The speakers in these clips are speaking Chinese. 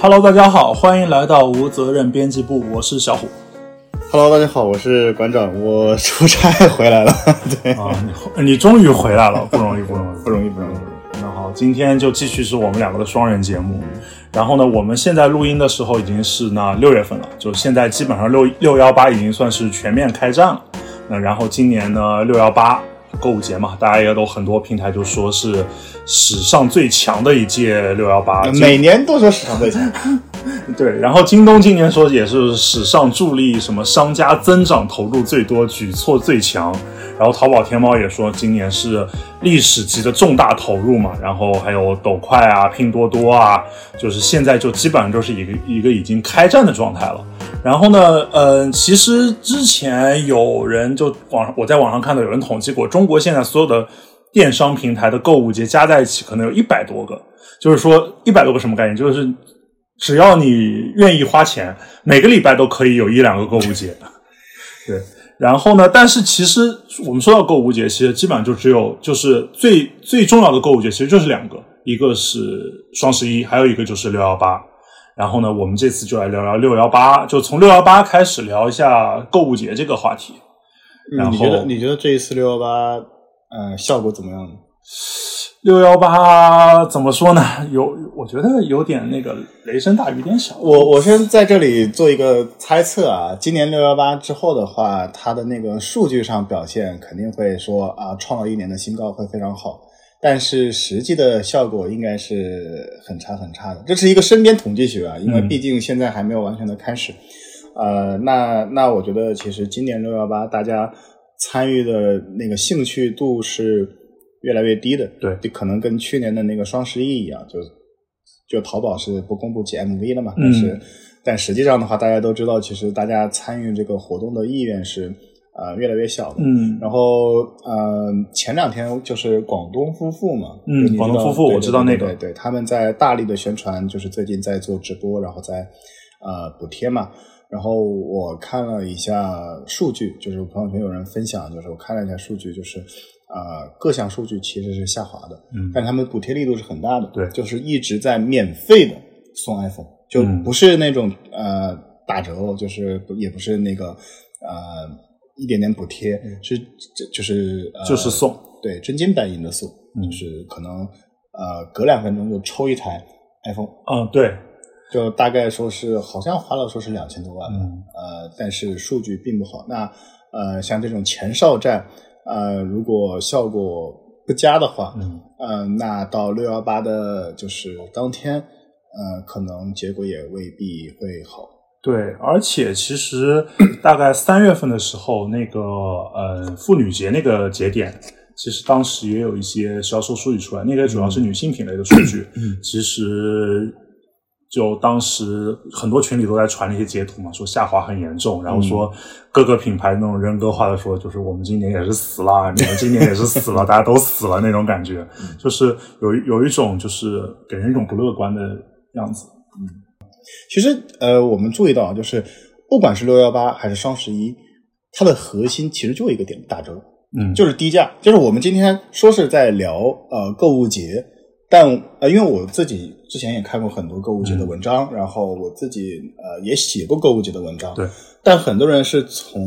Hello，大家好，欢迎来到无责任编辑部，我是小虎。 Hello，大家好，我是馆长，我出差回来了。 对，啊，你你终于回来 了，不容易，不容易，不容易，不容易。那好，今天就继续是我们两个的双人节目。然后呢，我们现在录音的时候已经是那六月份了，就现在基本上六六幺八已经算是全面开战了。那然后今年呢，六幺八购物节嘛，大家也都很多平台就说是史上最强的一届六幺八，每年都说市场最强，对，然后京东今年说也是史上助力什么商家增长投入最多，举措最强。然后淘宝、天猫也说今年是历史级的重大投入嘛。然后还有抖快啊、拼多多啊，就是现在就基本上就是一个一个已经开战的状态了。然后呢，嗯，其实之前有人就网上我在网上看到有人统计过，中国现在所有的电商平台的购物节加在一起可能有一百多个。就是说一百多个什么概念？就是只要你愿意花钱，每个礼拜都可以有一两个购物节。 对，然后呢？但是其实我们说到购物节，其实基本上就只有就是最最重要的购物节，其实就是两个，一个是双十一，还有一个就是六幺八。然后呢，我们这次就来聊聊六幺八，就从六幺八开始聊一下购物节这个话题。然后嗯你觉得你觉得这一次六幺八，呃，效果怎么样呢？六幺八怎么说呢？有，我觉得有点那个雷声大雨点小。我我先在这里做一个猜测啊，今年六幺八之后的话，它的那个数据上表现肯定会说啊，创了一年的新高，会非常好。但是实际的效果应该是很差很差的，这是一个身边统计学啊，因为嗯毕竟现在还没有完全的开始。呃，那那我觉得其实今年六幺八大家参与的那个兴趣度是越来越低的，对就可能跟去年的那个双十一一样，就就淘宝是不公布 GMV 了嘛，嗯但是但实际上的话，大家都知道，其实大家参与这个活动的意愿是呃越来越小的，嗯，然后，呃，前两天就是广东夫妇嘛，嗯就你知道广东夫妇对我知道对那个对对对，他们在大力的宣传，就是最近在做直播，然后在呃补贴嘛。然后我看了一下数据，就是朋友圈有人分享，就是我看了一下数据，就是呃各项数据其实是下滑的，嗯但他们补贴力度是很大的，对就是一直在免费的送 iPhone，就嗯不是那种、呃打折哦，就是不也不是那个呃一点点补贴，是就就是、呃、嗯就是送，对真金白银的送，嗯就是可能呃隔两分钟就抽一台 iPhone，嗯，对，就大概说是好像花了说是两千多万吧，嗯呃，但是数据并不好。那呃，像这种前哨战，呃，如果效果不佳的话，嗯呃，那到六幺八的就是当天，呃，可能结果也未必会好。对，而且其实大概三月份的时候，那个呃妇女节那个节点，其实当时也有一些销售数据出来，那个主要是女性品类的数据。其实就当时很多群里都在传那些截图嘛，说下滑很严重，然后说各个品牌那种人格化的说，就是我们今年也是死了，你们今年也是死 了，大家都死了那种感觉，就是有一有一种就是给人一种不乐观的样子。其实，呃，我们注意到，就是不管是六幺八还是双十一，它的核心其实就一个点打折。嗯，就是低价，就是我们今天说是在聊呃购物节，但呃因为我自己之前也看过很多购物节的文章，然后我自己呃也写过购物节的文章，嗯对，但很多人是从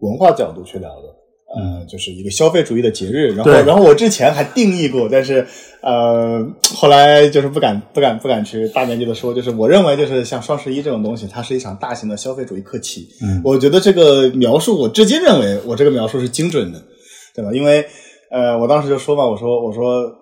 文化角度去聊的。呃，就是一个消费主义的节日，然嗯后，对然后我之前还定义过，但是，呃，后来就是不敢、不敢、不敢去大面积的说，就是我认为，就是像双十一这种东西，它是一场大型的消费主义客气，嗯我觉得这个描述，我至今认为我这个描述是精准的，对吧？因为呃，我当时就说嘛，我说我说呃，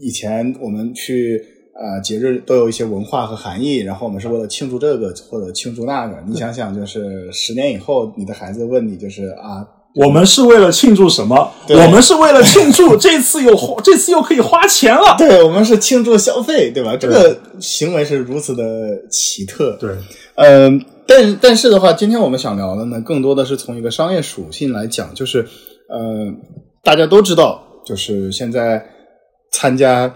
以前我们去呃节日都有一些文化和含义，然后我们是为了庆祝这个或者庆祝那个。你想想，就是十年以后，你的孩子问你，就是啊，我们是为了庆祝什么？对我们是为了庆 祝这次又花这次又可以花钱了。对我们是庆祝消费，对吧？这个行为是如此的奇特，对，嗯，但是但是的话，今天我们想聊的呢，更多的是从一个商业属性来讲，就是呃，大家都知道，就是现在参加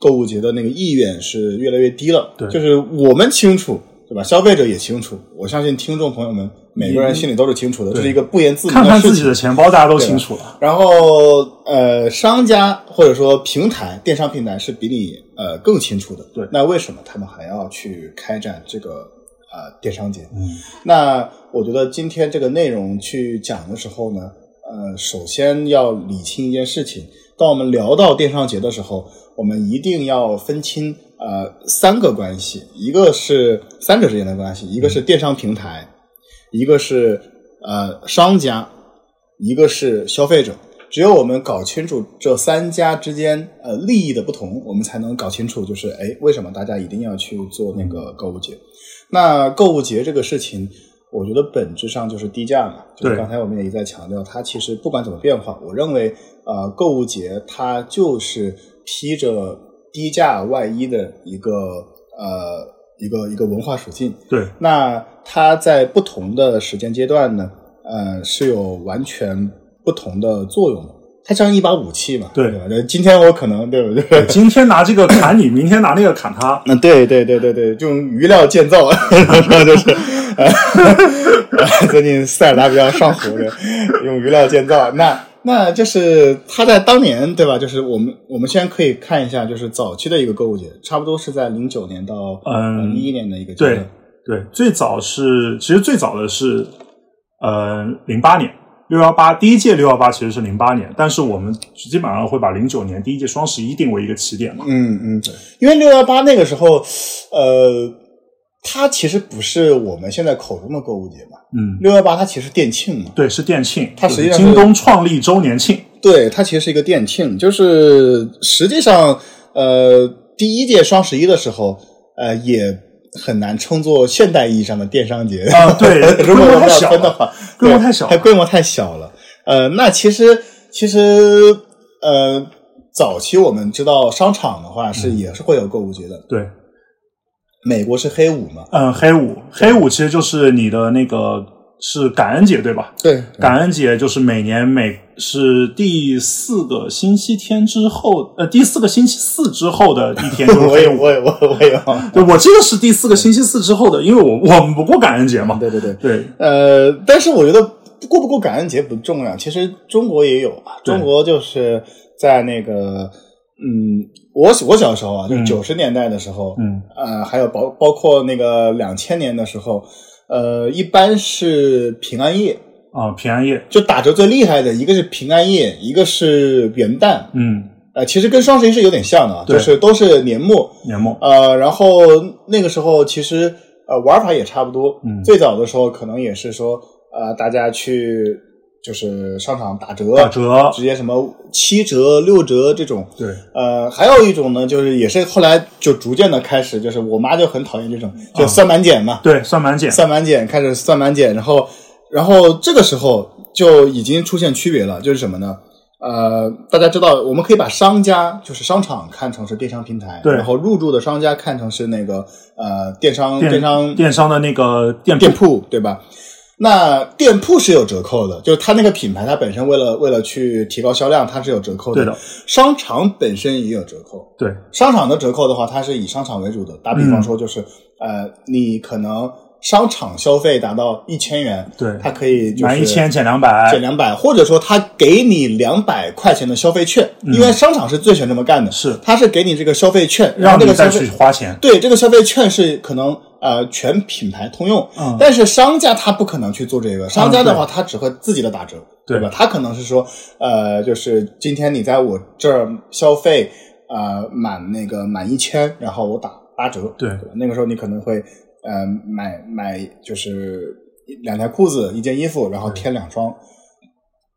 购物节的那个意愿是越来越低了。对就是我们清楚，对吧？消费者也清楚，我相信听众朋友们每个人心里都是清楚的，嗯对这是一个不言自明看看事自己情。的钱包，大家都清楚了。然后呃，商家或者说平台、电商平台是比你呃更清楚的。对那为什么他们还要去开展这个呃电商节？嗯，那我觉得今天这个内容去讲的时候呢，呃，首先要理清一件事情。当我们聊到电商节的时候，我们一定要分清呃三个关系，一个是三者之间的关系，一个是电商平台，一个是呃商家，一个是消费者。只有我们搞清楚这三家之间呃利益的不同，我们才能搞清楚，就是哎，为什么大家一定要去做那个购物节？那购物节这个事情，我觉得本质上就是低价嘛。就是对刚才我们也一再强调，它其实不管怎么变化，我认为呃，购物节它就是披着低价外衣的一个呃一个一个文化属性。对，那它在不同的时间阶段呢，呃，是有完全不同的作用的。它像一把武器嘛，对吧？那今天我可能对不对？对今天拿这个砍你，明天拿那个砍他，嗯，对对对对对，这种鱼料建造， 然后就是，呃 最近塞尔达比较上火的，用鱼料建造，那那就是他在当年对吧？就是我们我们现在可以看一下，就是早期的一个购物节，差不多是在零九年到嗯一一年的一个阶对段，对，最早是其实最早的是，呃，零八年六幺八第一届六幺八其实是零八年，但是我们基本上会把零九年第一届双十一定为一个起点嘛。嗯嗯，因为六幺八那个时候，呃，它其实不是我们现在口中的购物节嘛，嗯，六幺八它其实是店庆嘛，对，是店庆，它实际上就是京是东创立周年庆。对，它其实是一个店庆，就是实际上，呃，第一届双十一的时候，呃，也很难称作现代意义上的电商节啊 对如果规模我们太小要分的了话，规模对太小它了规模太小了。呃，那其实其实呃，早期我们知道商场的话嗯是、也是会有购物节的，对，美国是黑五嘛，嗯，黑五，黑五其实就是你的那个是感恩节对吧？对，感恩节就是每年每是第四个星期天之后，呃，第四个星期四之后的一天 就是 我也黑五。我也我也我也忘了，对，我记得是第四个星期四之后的，因为我我们不过感恩节嘛。对对对。对呃，但是我觉得过不过感恩节不重要，其实中国也有啊，对中国就是在那个，嗯，我我小时候啊，就是嗯九十年代的时候，嗯，呃，还有包包括那个两千年的时候，呃，一般是平安夜，啊、平安夜，就打折最厉害的一个是平安夜，一个是元旦，嗯，呃，其实跟双十一是有点像的啊，对就是都是年末，年末，呃，然后那个时候其实呃玩法也差不多，嗯最早的时候可能也是说呃大家去就是商场打折，打折，直接什么七折六折这种，对，呃，还有一种呢，就是也是后来就逐渐的开始，就是我妈就很讨厌这种，啊就算满减嘛，对，算满减，算满减开始算满减，然后然后这个时候就已经出现区别了，就是什么呢？呃，大家知道，我们可以把商家就是商场看成是电商平台，对然后入驻的商家看成是那个呃电商电商电商的那个店铺店铺，对吧？那店铺是有折扣的，就是它那个品牌，它本身为了为了去提高销量，它是有折扣的。对的商场本身也有折扣，对，商场的折扣的话，它是以商场为主的。打比方说，就是、呃，你可能商场消费达到一千元，对它可以就是满一千减两减百，两百，或者说它给你两百块钱的消费券，嗯因为商场是最喜欢这么干的，是它是给你这个消费券，然让后这你个消再费去花钱。对这个消费券是可能呃全品牌通用，嗯但是商家他不可能去做这个，商家的话他只会自己的打折，对吧？他可能是说呃，就是今天你在我这儿消费呃满那个满一千，然后我打八折，对吧那个时候你可能会呃买买就是两条裤子一件衣服，然后贴两双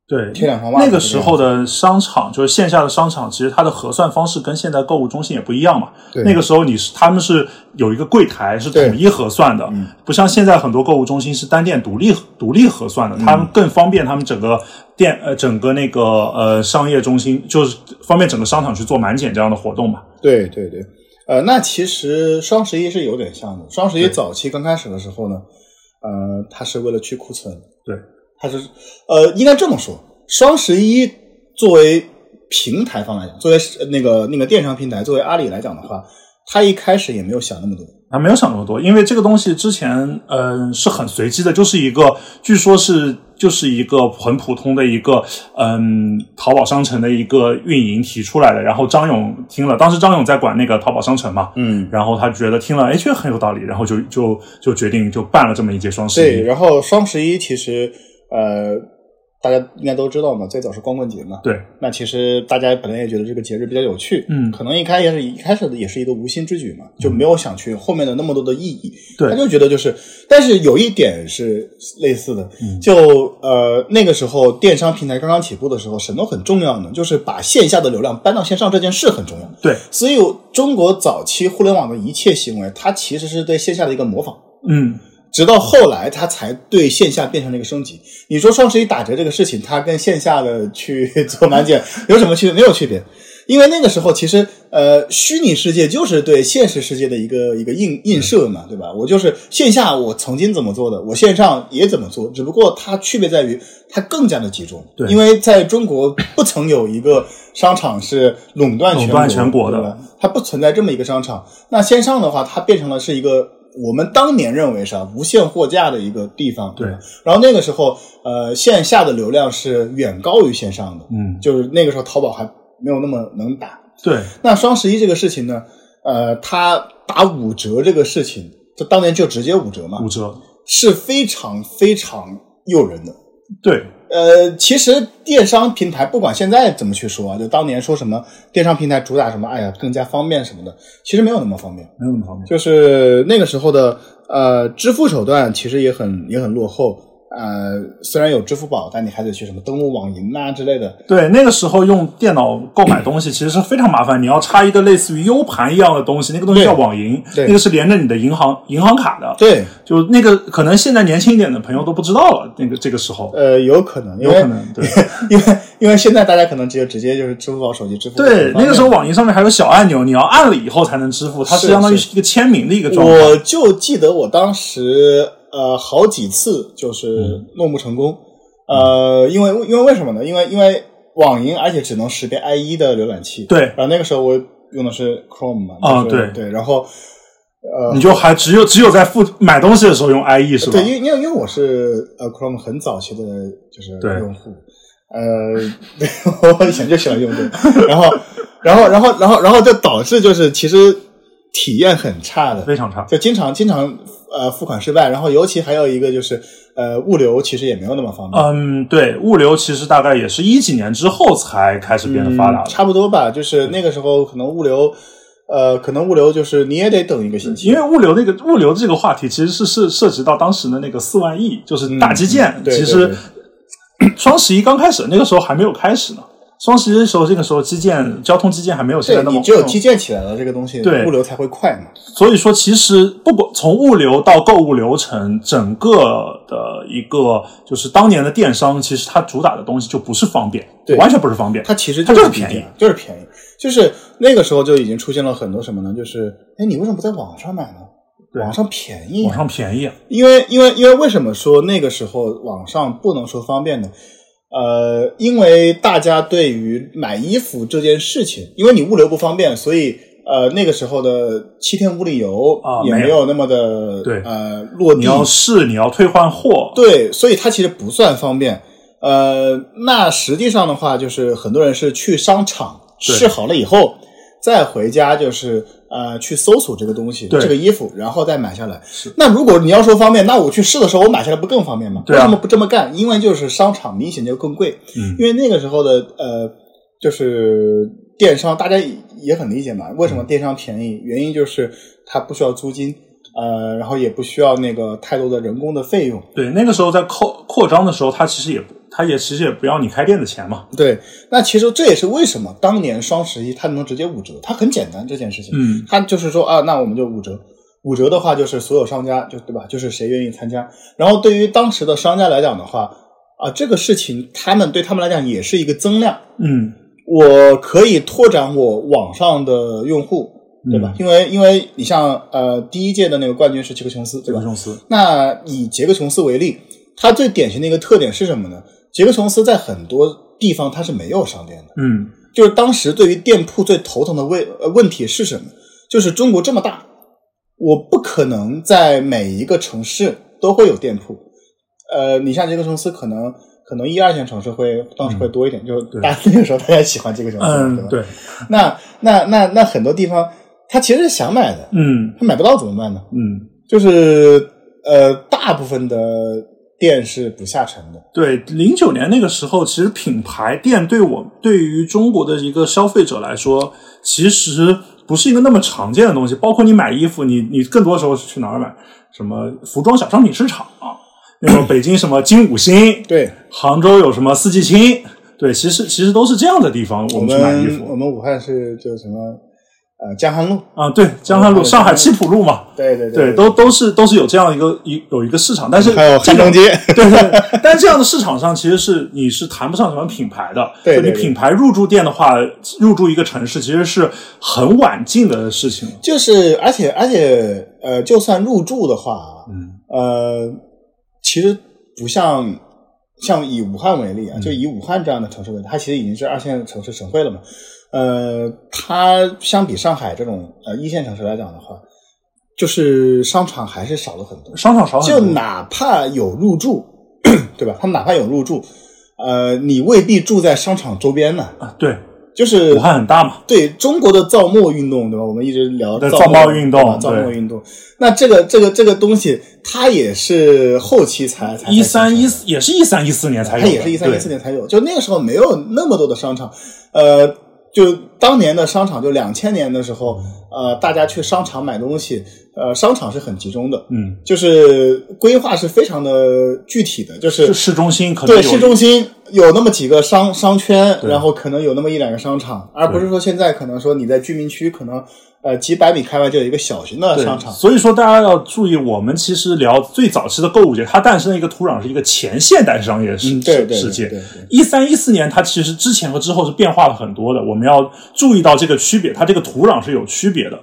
对，贴两双袜子，那个时候的商场就是线下的商场，其实它的核算方式跟现在购物中心也不一样嘛。对那个时候你是他们是有一个柜台是对统一核算的嗯，不像现在很多购物中心是单店独立独立核算嗯的，他们更方便他们整个店呃整个那个呃商业中心，就是方便整个商场去做满减这样的活动嘛。对对对，呃，那其实双十一是有点像的。双十一对早期刚开始的时候呢，呃，它是为了去库存，对，它是呃，应该这么说，双十一作为平台方来讲，作为呃那个那个电商平台，作为阿里来讲的话，他一开始也没有想那么多。啊，没有想那么多，因为这个东西之前，嗯、是很随机的，就是一个，据说是就是一个很普通的一个，嗯、淘宝商城的一个运营提出来的。然后张勇听了，当时张勇在管那个淘宝商城嘛，嗯，然后他觉得听了，哎，觉得很有道理，然后就就就决定就办了这么一届双十对。一。然后双十一其实呃，大家应该都知道嘛，最早是光棍节嘛。对，那其实大家本来也觉得这个节日比较有趣，嗯可能一开也是一开始也是一个无心之举嘛，就没有想去后面的那么多的意义。嗯对他就觉得就是，但是有一点是类似的，嗯就呃那个时候电商平台刚刚起步的时候，什么很重要呢？就是把线下的流量搬到线上这件事很重要。对，所以中国早期互联网的一切行为，它其实是对线下的一个模仿。嗯，直到后来，它才对线下变成了一个升级。你说双十一打折这个事情，它跟线下的去 做满减有什么区别？没有区别，因为那个时候其实呃，虚拟世界就是对现实世界的一个一个映映射嘛，对吧？我就是线下我曾经怎么做的，我线上也怎么做，只不过它区别在于它更加的集中。对因为在中国不曾有一个商场是垄断垄断全国的对吧它不存在这么一个商场。那线上的话，它变成了是一个我们当年认为是啊无限货架的一个地方。对吧，然后那个时候，呃，线下的流量是远高于线上的，嗯，就是那个时候淘宝还没有那么能打。对，那双十一这个事情呢，呃，它打五折这个事情，就当年就直接五折嘛五，折，是非常非常诱人的。对，呃，其实电商平台不管现在怎么去说啊，就当年说什么电商平台主打什么，哎呀更加方便什么的，其实没有那么方便。没有那么方便。就是那个时候的呃支付手段其实也很也很落后，呃虽然有支付宝，但你还得去什么登录网银呐、之类的，对，那个时候用电脑购买东西其实是非常麻烦，你要插一个类似于 U 盘一样的东西，那个东西对叫网银，对那个是连着你的银行银行卡的。对，就那个可能现在年轻一点的朋友都不知道了，那个这个时候呃有可能，因有为可 能对因为因为现在大家可能直接直接就是支付宝手机支付，对，很方便那个时候网银上面还有小按钮，你要按了以后才能支付，它是是相当于是一个签名的一个状态。我就记得我当时呃好几次就是嗯弄不成功，呃，因为因为为什么呢？因为因为网银而且只能识别 IE 的浏览器，对然后那个时候我用的是 Chrome 嘛，啊就是对，然后你就还只有只有在付买东西的时候用 IE 是吧？呃对，因为因为因为我是呃 Chrome 很早期的，就是对用户，呃， 对我以前就喜欢用这个，然后然后然后然后然后就导致就是其实体验很差的，非常差。就经常经常呃付款失败，然后尤其还有一个就是呃物流其实也没有那么方便，嗯，对，物流其实大概也是一几年之后才开始变得发达嗯的，差不多吧，就是那个时候可能物流呃可能物流就是你也得等一个星期，因为物流那个物流这个话题其实是是涉及到当时的那个四万亿，就是大基建。嗯对其对实对 双十一刚开始那个时候还没有开始呢，双十一的时候这个时候基建交通基建还没有现在对那么你只有基建起来了这个东西，对物流才会快嘛。所以说，其实不管从物流到购物流程，整个的一个就是当年的电商，其实它主打的东西就不是方便，对完全不是方便。它其实它就就是是便宜低价，就是便宜，就是那个时候就已经出现了很多什么呢？就是哎，你为什么不在网上买呢？对网上便宜网啊，上便宜，因为因为因为为什么说那个时候网上不能说方便呢？呃，因为大家对于买衣服这件事情，因为你物流不方便，所以呃那个时候的七天无理由啊也没有没有那么的对呃落地，你要试，你要退换货，对，所以它其实不算方便。呃，那实际上的话，就是很多人是去商场对试好了以后，再回家就是呃去搜索这个东西，对这个衣服，然后再买下来。那如果你要说方便，那我去试的时候我买下来不更方便吗？对啊为什么不这么干？因为就是商场明显就更贵，嗯因为那个时候的呃就是电商，大家也也很理解嘛，为什嗯么电商便宜？原因就是它不需要租金。呃，然后也不需要那个太多的人工的费用，对，那个时候在扩扩张的时候，它其实也不它也其实也不要你开店的钱嘛。对，那其实这也是为什么当年双十一它能直接五折，它很简单这件事情，嗯，它就是说啊，那我们就五折，五折的话就是所有商家就对吧，就是谁愿意参加。然后对于当时的商家来讲的话，啊，这个事情他们对他们来讲也是一个增量，嗯，我可以拓展我网上的用户。对嗯吧？因为因为你像呃第一届的那个冠军是杰克琼斯，对吧？公司，那以杰克琼斯为例，它最典型的一个特点是什么呢？杰克琼斯在很多地方它是没有商店的，嗯，就是当时对于店铺最头疼的问呃问题是什么？就是中国这么大，我不可能在每一个城市都会有店铺。呃，你像杰克琼斯，可能可能一二线城市会当时会多一点，就是大那个时候大家 喜欢杰克琼斯，嗯，对吧？对，那那那那很多地方他其实是想买的，嗯他买不到怎么办呢？嗯，就是呃，大部分的店是不下沉的，对，零九年那个时候，其实品牌店对我对于中国的一个消费者来说，其实不是一个那么常见的东西。包括你买衣服，你你更多时候是去哪儿买？什么服装小商品市场啊？那么北京什么金五星，对杭州有什么四季青，对，其实其实都是这样的地方，我我们去买衣们我服们武汉是就什么呃江汉路，啊。对，江汉路、上海七浦路嘛，对对对，都都是都是有这样一个一有一个市场，但是还有这汉种中街， 对对，但这样的市场上其实是你是谈不上什么品牌的。对对就你品牌入驻店的话，入驻一个城市其实是很晚近的事情了。 就是而且而且呃，就算入驻的话，嗯呃，其实不像像以武汉为例嗯啊，就以武汉这样的城市为例，它其实已经是二线城市省会了嘛。呃，它相比上海这种呃一线城市来讲的话，就是商场还是少了很多。商场少就很多。哪怕有入驻， 对吧？他们哪怕有入驻，呃，你未必住在商场周边呢。啊对，就是武汉很大嘛。对中国的造墨运动，对吧？我们一直聊对造造墨墨运动对吧造墨对运动。那这个这个这个东西，它也是后期才才一三一四，四也是一三一四年才有它的，也是一三一四对年才有，就那个时候没有那么多的商场，呃。就当年的商场，就两千年的时候，呃，大家去商场买东西，呃，商场是很集中的，嗯，就是规划是非常的具体的，就是就市中心可能对，有市中心有那么几个商商圈，对然后可能有那么一两个商场，而不是说现在可能说你在居民区，可能呃几百米开外就有一个小型的对商场。所以说大家要注意，我们其实聊最早期的购物节，它诞生的一个土壤是一个前现代商业世、嗯对对对世界对对。一三一四年，它其实之前和之后是变化了很多的，我们要注意到这个区别，它这个土壤是有区别的。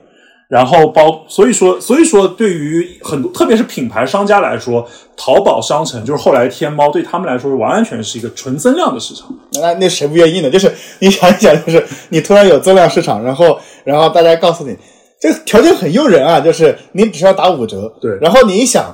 然后包，所以说，所以说，对于很多，特别是品牌商家来说，淘宝商城就是后来天猫，对他们来说完完全是一个纯增量的市场。那那谁不愿意呢？就是你想一想，就是你突然有增量市场，然后然后大家告诉你，这个条件很诱人啊，就是你只需要打五折。对然后你一想，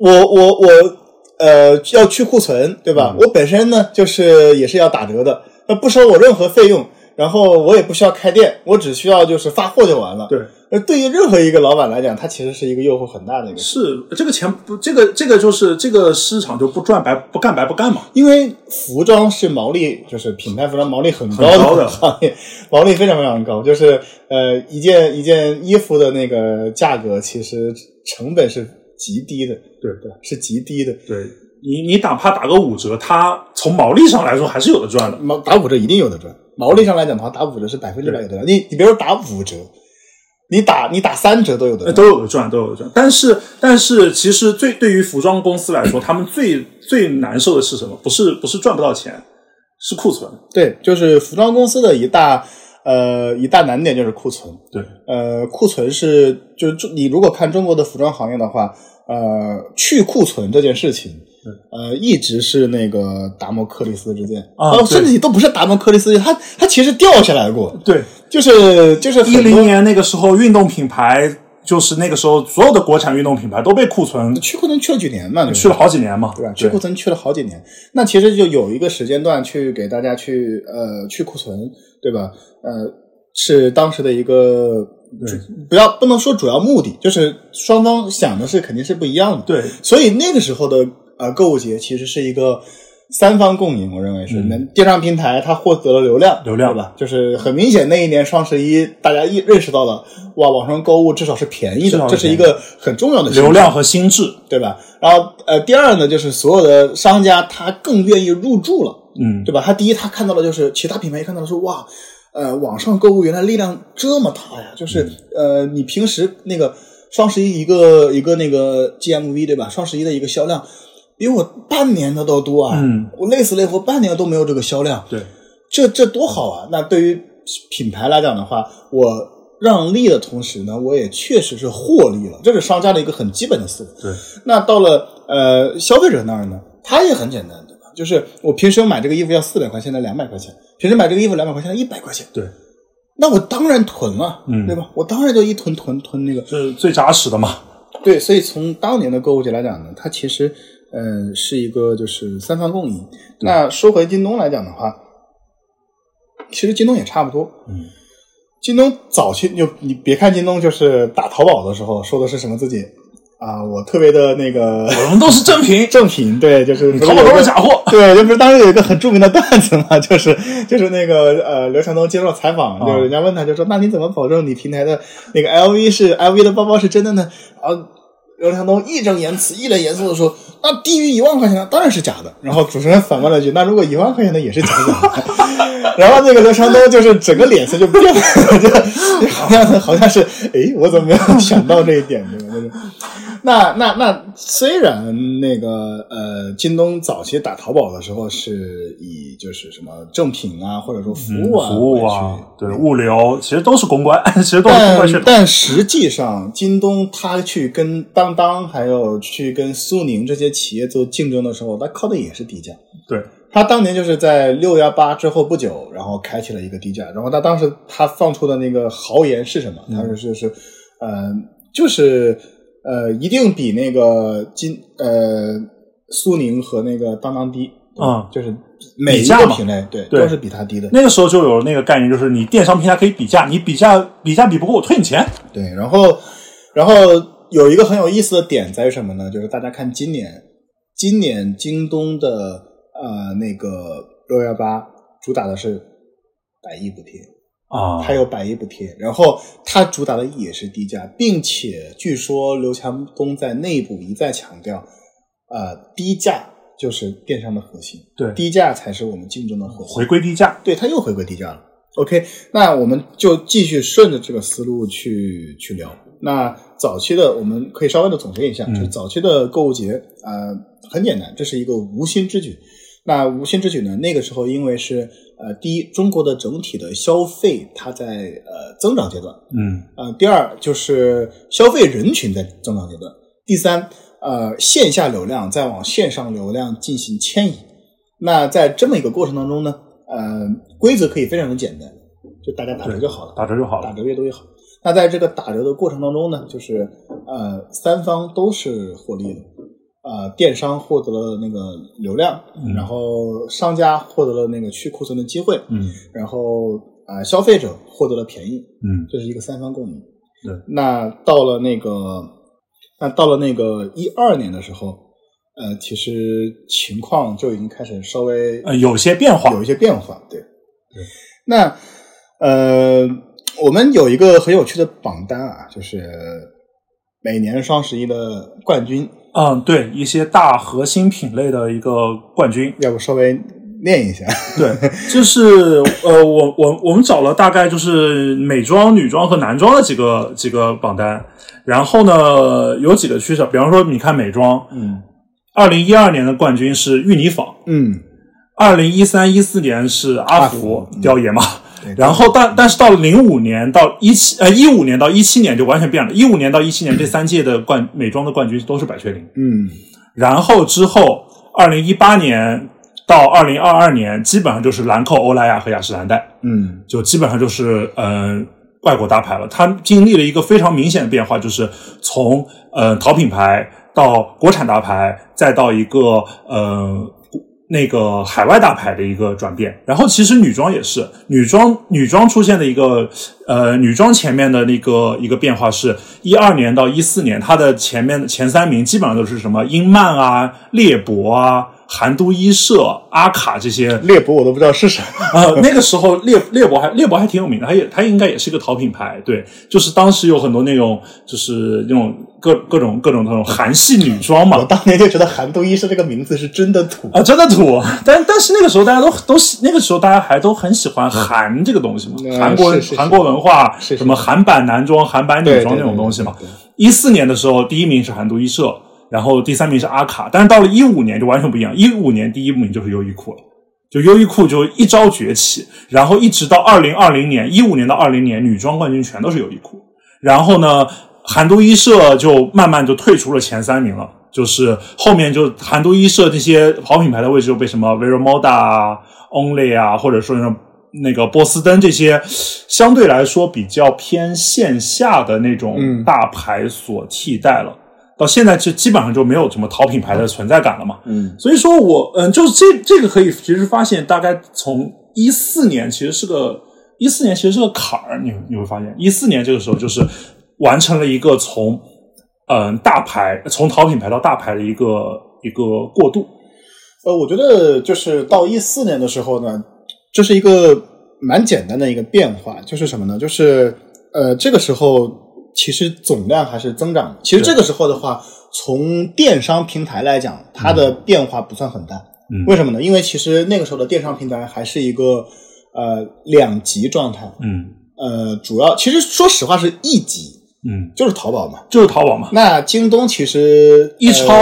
我我我我呃要去库存，对嗯吧？我本身呢就是也是要打折的，那不收我任何费用，然后我也不需要开店，我只需要就是发货就完了。对，呃，对于任何一个老板来讲，它其实是一个诱惑很大的一个事，是这个钱不，这个这个就是这个市场就不赚白不干白不干嘛。因为服装是毛利，就是品牌服装毛利很高很高的行业，毛利非常非常高。就是呃，一件一件衣服的那个价格，其实成本是极低的，对对吧，是极低的。对你，你哪怕打个五折，它从毛利上来说还是有的赚的。毛打五折一定有的赚，毛利上来讲的话，打五折是百分之百有的赚。你你别说打五折，你打你打三折都有的呃，赚。都有的赚，都有的赚。但是，但是，其实最对于服装公司来说，他们最最难受的是什么？不是不是赚不到钱，是库存。对，就是服装公司的一大呃一大难点就是库存。对，呃，库存是就是中你如果看中国的服装行业的话，呃，去库存这件事情，呃，一直是那个达摩克里斯之剑啊哦对甚至你都不是达摩克里斯之剑，它它其实掉下来过，对，就是就是很一多零年那个时候，运动品牌就是那个时候所有的国产运动品牌都被库存去库存去了几年嘛，对吧去了好几年嘛，对吧？去库存去了好几年，那其实就有一个时间段去给大家去呃去库存，对吧？呃，是当时的一个对不要不能说主要目的，就是双方想的是肯定是不一样的。对所以那个时候的呃购物节其实是一个三方共赢，我认为是。那、电商平台它获得了流量，嗯流量对吧？就是很明显那一年双十一，大家一认识到了，哇，网上购物至少是便宜至的，少是这是一便宜个很重要的信息流量和心智，对吧？然后呃，第二呢，就是所有的商家他更愿意入驻了，嗯，对吧？他第一他看到了就是其他品牌也看到了说哇，呃，网上购物原来力量这么大呀，就是、嗯呃，你平时那个双十一一个一个那个 GMV 对吧？双十一的一个销量比我半年的都多啊，嗯，我累死累活半年都没有这个销量，对，这这多好啊！那对于品牌来讲的话，我让利的同时呢，我也确实是获利了，这是商家的一个很基本的思维。对，那到了呃消费者那儿呢，他也很简单，对吧？就是我平时买这个衣服要四百块钱，现在两百块钱；平时买这个衣服两百块钱，现在一百块钱。对，那我当然囤了，嗯对吧？我当然就一囤囤囤那个，这是最扎实的嘛。对，所以从当年的购物节来讲呢，它其实嗯是一个就是三方供应。那说回京东来讲的话，其实京东也差不多。嗯，京东早期就你别看京东就是打淘宝的时候说的是什么自己啊，我特别的那 个我们都是正品，正品，对，就是淘宝都是假货。 对，就不是当时有一个很著名的段子嘛，就是 就是那个呃，刘强东接受采访，就是人家问他，就说那你怎么保证你平台的那个 LV 是 LV 的包包是真的呢？啊然后刘强东义正言辞、一脸严肃的说，那低于一万块钱的当然是假的。然后主持人反问了一句，那如果一万块钱的也是假的？ 然后那个刘强东就是整个脸色就变了，就就好像好像是，诶，我怎么没有想到这一点？对吧？就是那那那，虽然那个呃，京东早期打淘宝的时候是以就是什么正品啊，或者说服务嗯啊、服务啊，对，物流其实都是公关， 其实都是公关系统。但但实际上，京东它去跟当当还有去跟苏宁这些企业做竞争的时候，它靠的也是低价。对，它当年就是在六幺八之后不久，然后开启了一个低价。然后它当时它放出的那个豪言是什么？它嗯是就是，呃，就是呃，一定比那个金呃苏宁和那个当当低。嗯就是每一比价个嘛品类对对都是比它低的。那个时候就有那个概念，就是你电商平台可以比价，你比价比价比不过我退你钱。对，然后，然后有一个很有意思的点在于什么呢？就是大家看今年，今年京东的呃那个六幺八主打的是百亿补贴，啊，它有百亿补贴，然后它主打的也是低价，并且据说刘强东在内部一再强调，呃，低价就是电商的核心，对低价才是我们竞争的核心。回归低价，对，它又回归低价了。OK，那我们就继续顺着这个思路去去聊。那早期的我们可以稍微的总结一下，嗯就是早期的购物节，呃，很简单，这是一个无心之举。那无心之举呢，那个时候因为是呃，第一，中国的整体的消费它在呃增长阶段，嗯，呃，第二就是消费人群在增长阶段，第三，呃，线下流量在往线上流量进行迁移。那在这么一个过程当中呢，呃，规则可以非常的简单，就大家打折对就好了，打折就好打了。折越多越好。那在这个打折的过程当中呢，就是呃，三方都是获利的，呃，电商获得了那个流量，嗯然后商家获得了那个去库存的机会，嗯然后啊、呃消费者获得了便宜，嗯，这是一个三方供应。对，那到了那个，那到了那个一二年的时候，呃，其实情况就已经开始稍微呃，有些变化有。一些变化。对，对那呃，我们有一个很有趣的榜单啊，就是每年双十一的冠军，嗯，对，一些大核心品类的一个冠军。要不稍微念一下？对，就是呃，我我我们找了大概就是美妆、女装和男装的几个几个榜单，然后呢有几个趋势，比方说你看美妆，嗯二零一二年的冠军是芋泥坊， 嗯，二零一三一四年是阿嗯阿芙芙雕爷嘛，对然后但但是到零五年到一七呃一五年到一七年就完全变了，一五年到一七年这三届的冠美妆的冠军都是百雀羚。嗯然后之后，二零一八年到二零二二年，基本上就是兰蔻、欧莱雅和雅诗兰黛，嗯就基本上就是嗯、呃外国大牌了。它经历了一个非常明显的变化，就是从呃淘品牌到国产大牌，再到一个呃。那个海外大牌的一个转变，然后其实女装也是，女装女装出现的一个呃，女装前面的那个一个变化是，一二年到一四年，它的前面前三名基本上都是什么英曼啊、猎博啊、韩都衣舍、阿卡这些猎捕我都不知道是啥。 呃，那个时候猎猎博还猎博还挺有名的，它也它应该也是一个淘品牌，对，就是当时有很多那种就是那种各各种各种那种韩系女装我嘛，当年就觉得韩都衣舍这个名字是真的土。啊，真的土，但但是那个时候大家都都喜，那个时候大家还都很喜欢韩这个东西嘛，嗯韩国是是是韩国文化，是是什么韩版男装、韩版对女装对那种对东西嘛对对。一四年的时候，第一名是韩都衣舍，然后第三名是阿卡，但是到了一五年就完全不一样，一五年第一名就是优衣库了。就优衣库就一朝崛起，然后一直到二零二零年，一五年到二零年，女装冠军全都是优衣库。然后呢，韩都衣舍就慢慢就退出了前三名了，就是后面就韩都衣舍这些好品牌的位置就被什么 Vero Moda 啊、Only 啊，或者说什么那个波司登这些相对来说比较偏线下的那种嗯大牌所替代了。到现在就基本上就没有什么淘品牌的存在感了嘛。嗯所以说我嗯，就是这这个可以其实发现，大概从一四年其实是个一四年其实是个坎儿，你你会发现一四年这个时候就是完成了一个从嗯大牌从淘品牌到大牌的一个一个过渡。呃，我觉得就是到一四年的时候呢，这是一个蛮简单的一个变化，就是什么呢？就是呃，这个时候其实总量还是增长的。其实对这个时候的话，从电商平台来讲，它的变化不算很大。嗯为什么呢？因为其实那个时候的电商平台还是一个呃两极状态。嗯呃，主要其实说实话是一级，嗯，就是淘宝嘛。就是淘宝嘛，那京东其实一呃超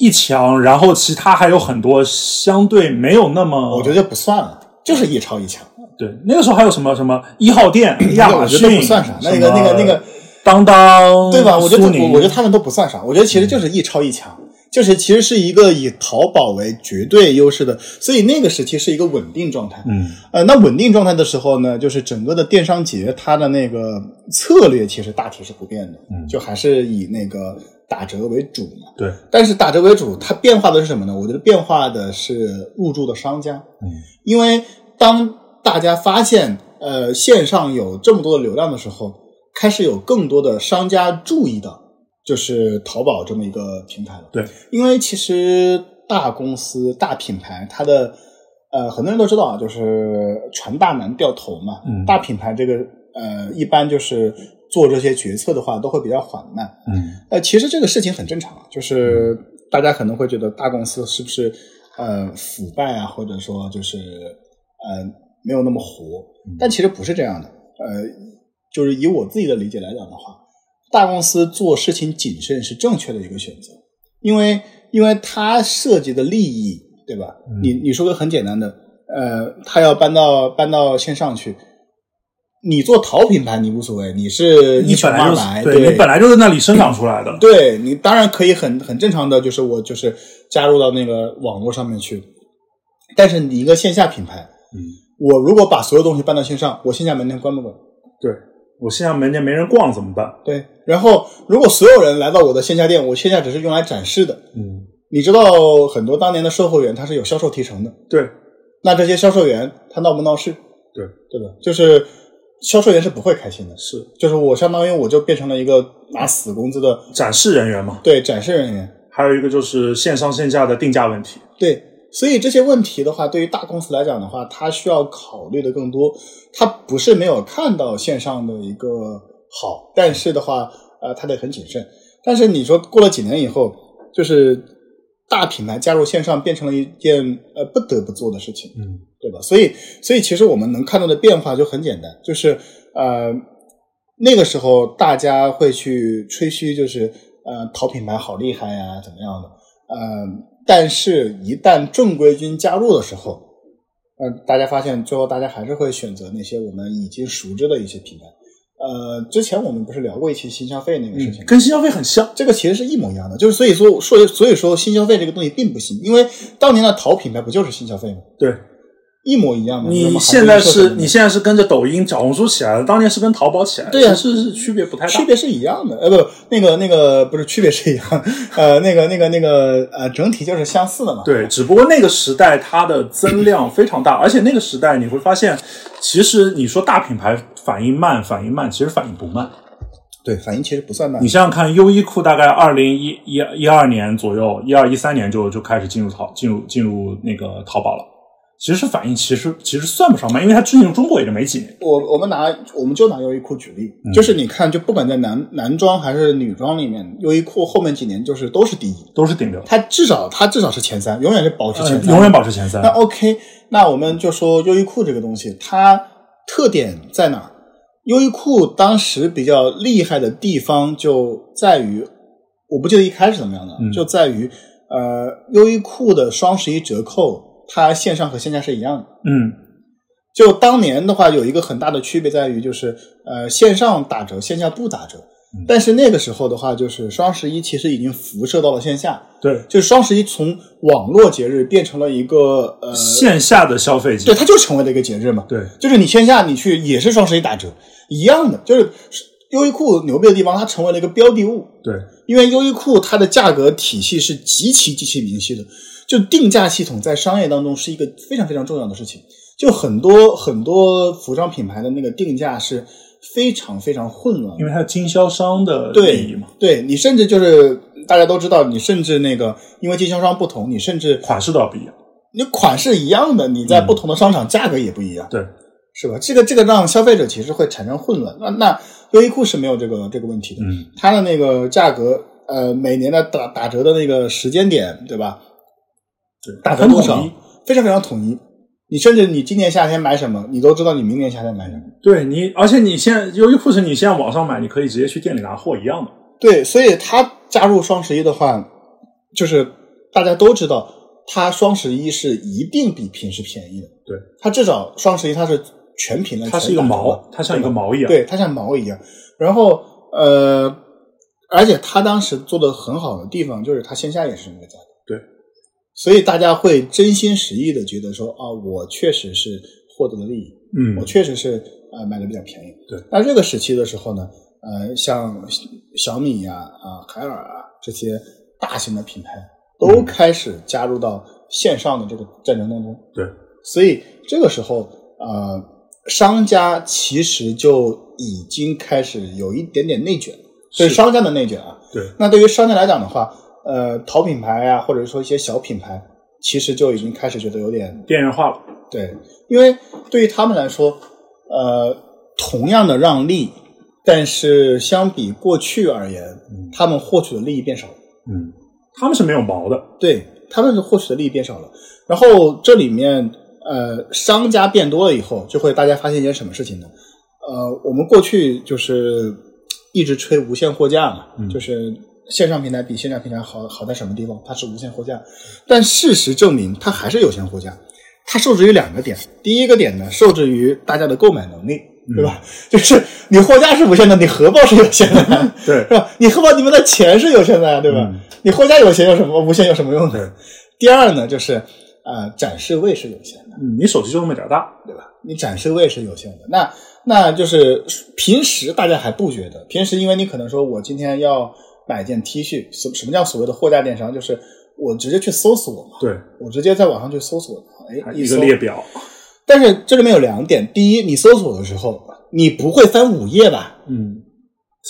一强，然后其他还有很多相对没有那么，我觉得就不算了，就是一超一强。对那个时候还有什么什么一号店、亚马逊那个我觉得不算啥那个什么那个那个当当，对吧？我觉得哦苏这宁我我觉得他们都不算啥，我觉得其实就是一超一强，就是其实是一个以淘宝为绝对优势的，所以那个时期是一个稳定状态。嗯呃，那稳定状态的时候呢，就是整个的电商节它的那个策略其实大体是不变的，嗯就还是以那个打折为主嘛。对但是打折为主，它变化的是什么呢？我觉得变化的是入驻的商家，嗯因为当大家发现呃线上有这么多的流量的时候，开始有更多的商家注意到就是淘宝这么一个平台了。对，因为其实大公司、大品牌，它的呃很多人都知道啊，就是船大难掉头嘛。嗯大品牌这个呃一般就是做这些决策的话，都会比较缓慢。嗯呃，其实这个事情很正常，啊就是大家可能会觉得大公司是不是呃腐败啊，或者说就是呃没有那么活，嗯但其实不是这样的。呃，就是以我自己的理解来讲的话，大公司做事情谨慎是正确的一个选择，因为因为它涉及的利益，对吧？嗯你你说个很简单的，呃，他要搬到搬到线上去。你做淘品牌你无所谓，你是一你穷本来二就白，是对你本来就在那里生长出来的，对你当然可以很很正常的，就是我就是加入到那个网络上面去，但是你一个线下品牌，嗯，我如果把所有东西搬到线上，我线下门店关不关？对我线下门店没人逛怎么办？对，然后如果所有人来到我的线下店，我线下只是用来展示的。嗯，你知道很多当年的售后员他是有销售提成的，对那这些销售员他闹不闹事？对对吧？就是销售员是不会开心的，是就是我相当于我就变成了一个拿死工资的展示人员嘛，对展示人员，还有一个就是线上线下的定价问题。对，所以这些问题的话，对于大公司来讲的话，它需要考虑的更多。它不是没有看到线上的一个好，但是的话，呃，它得很谨慎。但是你说过了几年以后，就是大品牌加入线上变成了一件呃不得不做的事情。嗯对吧？所以，所以其实我们能看到的变化就很简单，就是呃，那个时候大家会去吹嘘，就是呃，淘品牌好厉害呀、怎么样的？呃，但是，一旦正规军加入的时候，呃，大家发现最后大家还是会选择那些我们已经熟知的一些品牌。呃，之前我们不是聊过一期新消费那个事情嗯，？吗跟新消费很像。这个其实是一模一样的，就是所以说说所以说新消费这个东西并不新，因为当年的淘品牌不就是新消费吗？对一模一样的。那你么还现在不说什是么你现在是跟着抖音、小红书起来的，当年是跟淘宝起来的，对啊其实是区别不太大区。别是一样的，呃，不，那个那个不是区别是一样，呃，那个那个那个呃，整体就是相似的嘛。对，只不过那个时代它的增量非常大，而且那个时代你会发现，其实你说大品牌反应慢，反应慢，其实反应不慢。对，反应其实不算慢你。想想看，优衣库大概二零一一一二年左右，一二一三年就就开始进入淘进入进入那个淘宝了。其实反应其实其实算不上慢，因为它进入中国也就没几年。我我们拿我们就拿优衣库举例，就是你看，就不管在男男装还是女装里面，优衣库后面几年就是都是第一，都是顶流，它至少它至少是前哎三，永远是保持呃前三，永远保持前三嗯那。OK，那我们就说优衣库这个东西，它特点在哪儿？优衣库当时比较厉害的地方就在于，我不记得一开始怎么样的，嗯就在于呃，优衣库的双十一折扣，它线上和线下是一样的。嗯，就当年的话，有一个很大的区别在于，就是呃，线上打折，线下不打折。嗯但是那个时候的话，就是双十一其实已经辐射到了线下，对，就是双十一从网络节日变成了一个呃，线下的消费节对，，它就成为了一个节日嘛。对，就是你线下你去也是双十一打折一样的，就是优衣库牛逼的地方，它成为了一个标的物，对，因为优衣库它的价格体系是极其极其明晰的，就定价系统在商业当中是一个非常非常重要的事情。就很多很多服装品牌的那个定价是非常非常混乱的因，为它有经销商的对利益嘛，对你甚至就是大家都知道，你甚至那个因为经销商不同，你甚至款式倒不一样，你款式一样的，你在嗯不同的商场价格也不一样，对，是吧？这个这个让消费者其实会产生混乱。那那优衣库是没有这个这个问题的，嗯，它的那个价格，呃，每年的打打折的那个时间点，对吧？对，打分折多少统一，非常非常统一。你甚至你今年夏天买什么，你都知道你明年夏天买什么。对你，而且你现在优衣库是你现在网上买，你可以直接去店里拿货一样的，对，所以他加入双十一的话，就是大家都知道，他双十一是一定比平时便宜的。对，他至少双十一它是全屏的，它是一个全打折的毛，它像一个毛一样，对，它像毛一样。然后呃，而且他当时做的很好的地方就是他线下也是那个价格。对，所以大家会真心实意的觉得说啊，我确实是获得了利益。嗯我，确实是呃买的比较便宜。对，那这个时期的时候呢，呃，像小米呀、啊、海尔啊这些大型的品牌都嗯开始加入到线上的这个战争当中。对，所以这个时候，呃，商家其实就已经开始有一点点内卷，对是商家的内卷啊。对，那对于商家来讲的话，呃，淘品牌啊，或者说一些小品牌，其实就已经开始觉得有点边缘化了，对，因为对于他们来说，呃，同样的让利，但是相比过去而言嗯，他们获取的利益变少了。嗯，他们是没有毛的，对，他们是获取的利益变少了。然后这里面，呃，商家变多了以后，就会大家发现一件什么事情呢？呃，我们过去就是一直吹无限货架嘛，嗯就是线上平台比线下平台好好在什么地方？它是无限货架，但事实证明它还是有限货架。它受制于两个点，第一个点呢，受制于大家的购买能力，对吧？就是你货架是无限的，你荷包是有限的，对是吧？ 你荷包里面的钱是有限的呀，对吧？嗯你货架有钱有什么无限有什么用呢？第二呢，就是呃，展示位是有限的，嗯，你手机就那么点儿大，对吧？你展示位是有限的，那那就是平时大家还不觉得，平时因为你可能说我今天要买件 T 恤，什什么叫所谓的货架电商？就是我直接去搜索嘛，对，我直接在网上去搜索，哎，一搜个列表，但是这里面有两点，第一，你搜索的时候你不会翻五页吧？嗯，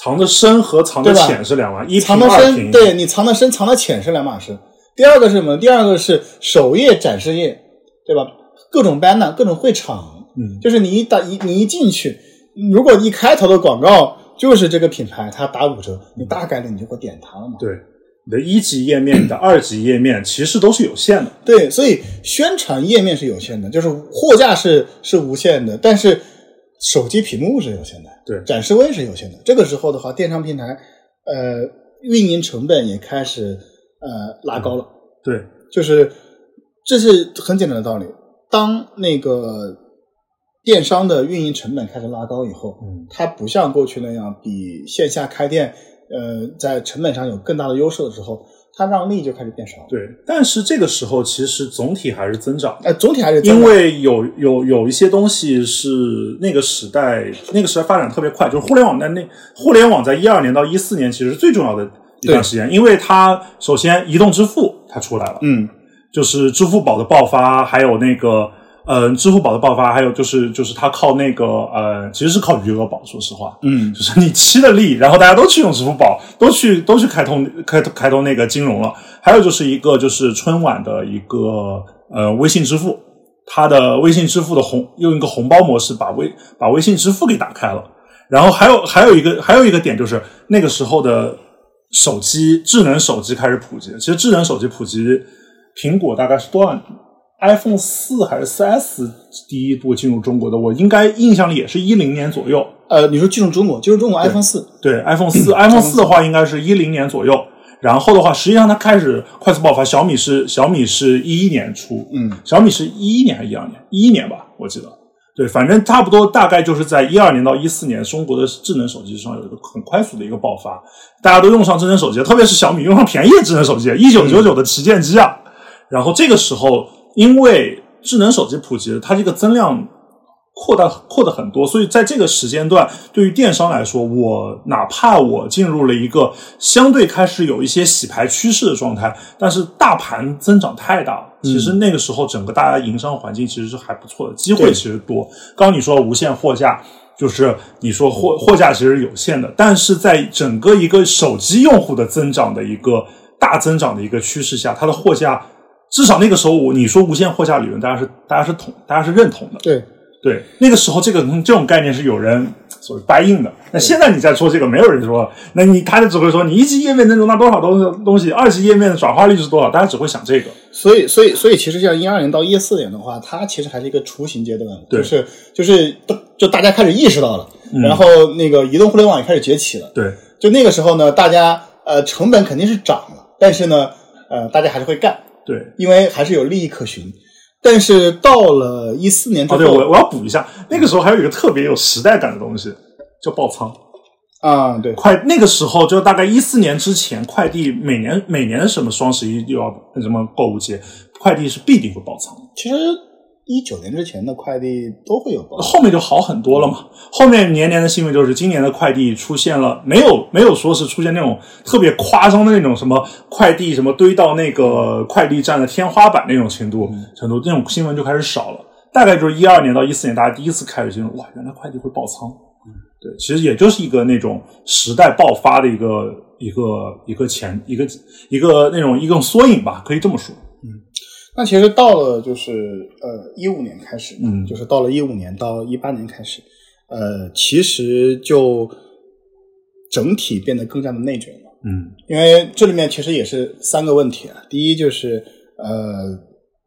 藏的深和藏的对吧浅是两码，一藏平的二深，平，对你藏的深、藏的浅是两码事。第二个是什么？第二个是首页展示页，对吧？各种 banner、各种会场，嗯，就是你一打一你一进去，如果一开头的广告就是这个品牌它打五折，你大概率你就会点它了嘛。对，你的一级页面、你的二级页面其实都是有限的，对，所以宣传页面是有限的，就是货架是是无限的，但是手机屏幕是有限的，对展示位是有限的。这个时候的话，电商平台呃运营成本也开始呃拉高了。对，就是这是很简单的道理。当那个电商的运营成本开始拉高以后，嗯它不像过去那样比线下开店，呃，在成本上有更大的优势的时候，它让利就开始变少。，对，但是这个时候其实总体还是增长的。呃，总体还是增因长为有有有一些东西是那个时代，那个时代发展特别快，就是互联网在那互联网在一二年到一四年其实是最重要的一段时间，因为它首先移动支付它出来了，嗯，就是支付宝的爆发，还有那个嗯、呃支付宝的爆发，还有就是就是它靠那个呃其实是靠余额宝，说实话，嗯就是你吃了力，然后大家都去用支付宝，都去都去开通开通开通那个金融了。还有就是一个就是春晚的一个呃微信支付，它的微信支付的红用一个红包模式把微把微信支付给打开了。然后还有还有一个还有一个点就是那个时候的手机智能手机开始普及。其实智能手机普及，苹果大概是多少？iPhone 四还是四 S 第一部进入中国的，我应该印象里也是一零年左右。呃，你说进入中国，进入中国 iPhone 四，对，iPhone 四，iPhone 四的话应该是一零年左右，然后的话，实际上它开始快速爆发，小米是小米是一一年出，嗯，小米是一一年还是一二年？一一年吧，我记得。对，反正差不多大概就是在一二年到一四年，中国的智能手机上有一个很快速的一个爆发，大家都用上智能手机，特别是小米用上便宜的智能手机，一九九九的旗舰机啊。然后这个时候，因为智能手机普及了，它这个增量扩大扩的很多，所以在这个时间段，对于电商来说，我哪怕我进入了一个相对开始有一些洗牌趋势的状态，但是大盘增长太大了。其实那个时候，整个大家营商环境其实是还不错的，机会对其实多。刚刚你说无限货架，就是你说货货架其实是有限的，但是在整个一个手机用户的增长的一个大增长的一个趋势下，它的货架至少那个时候我你说无限货架理论，大家是大家是同大家是认同的。对，对，那个时候这个这种概念是有人所谓掰硬的。那现在你再说这个，没有人说，那你他就只会说你一级页面能容纳多少东东西，二级页面的转化率是多少，大家只会想这个。所以，所以，所以，其实像一二年到一四年的话，它其实还是一个雏形阶段，对嗯就是就是就大家开始意识到了，然后那个移动互联网也开始崛起了。对，就那个时候呢，大家呃成本肯定是涨了，但是呢，呃，大家还是会干，对，因为还是有利益可循。但是到了一四年之哦，后，对，我我要补一下，那个时候还有一个特别有时代感的东西，叫爆仓。啊、对，快那个时候就大概一四年之前，快递每年每年什么双十一又要什么购物节，快递是必定会爆仓。其实一九年之前的快递都会有包。后面就好很多了嘛。后面年年的新闻就是今年的快递出现了，没有没有说是出现那种特别夸张的那种什么快递什么堆到那个快递站的天花板那种程度程度，这种新闻就开始少了。大概就是一二年到一四年，大家第一次开始进入哇，原来快递会爆仓。对，其实也就是一个那种时代爆发的一个一个一个前一个一个那种一个缩影吧，可以这么说。那其实到了就是呃一五年开始，嗯就是到了一五年到一八年开始，呃，其实就整体变得更加的内卷了。嗯因为这里面其实也是三个问题啊，第一就是呃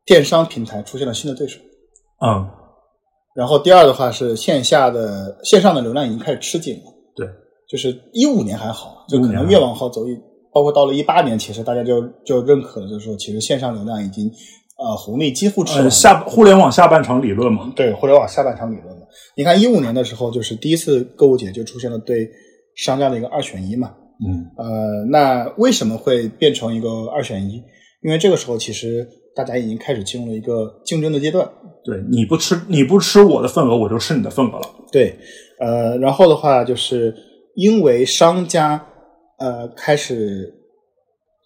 电商平台出现了新的对手，嗯，然后第二的话是线下的线上的流量已经开始吃紧了。对，就是一五年还好，就可15年能越往后走一，包括到了一八年，其实大家就就认可了，就是说其实线上流量已经呃红利几乎吃完了。呃，下互联网下半场理论嘛，对，互联网下半场理论了。你看一五年的时候，就是第一次购物节就出现了对商家的一个二选一嘛。嗯，呃，那为什么会变成一个二选一？因为这个时候其实大家已经开始进入了一个竞争的阶段。对，你不吃你不吃我的份额，我就吃你的份额了。对，呃，然后的话就是因为商家呃开始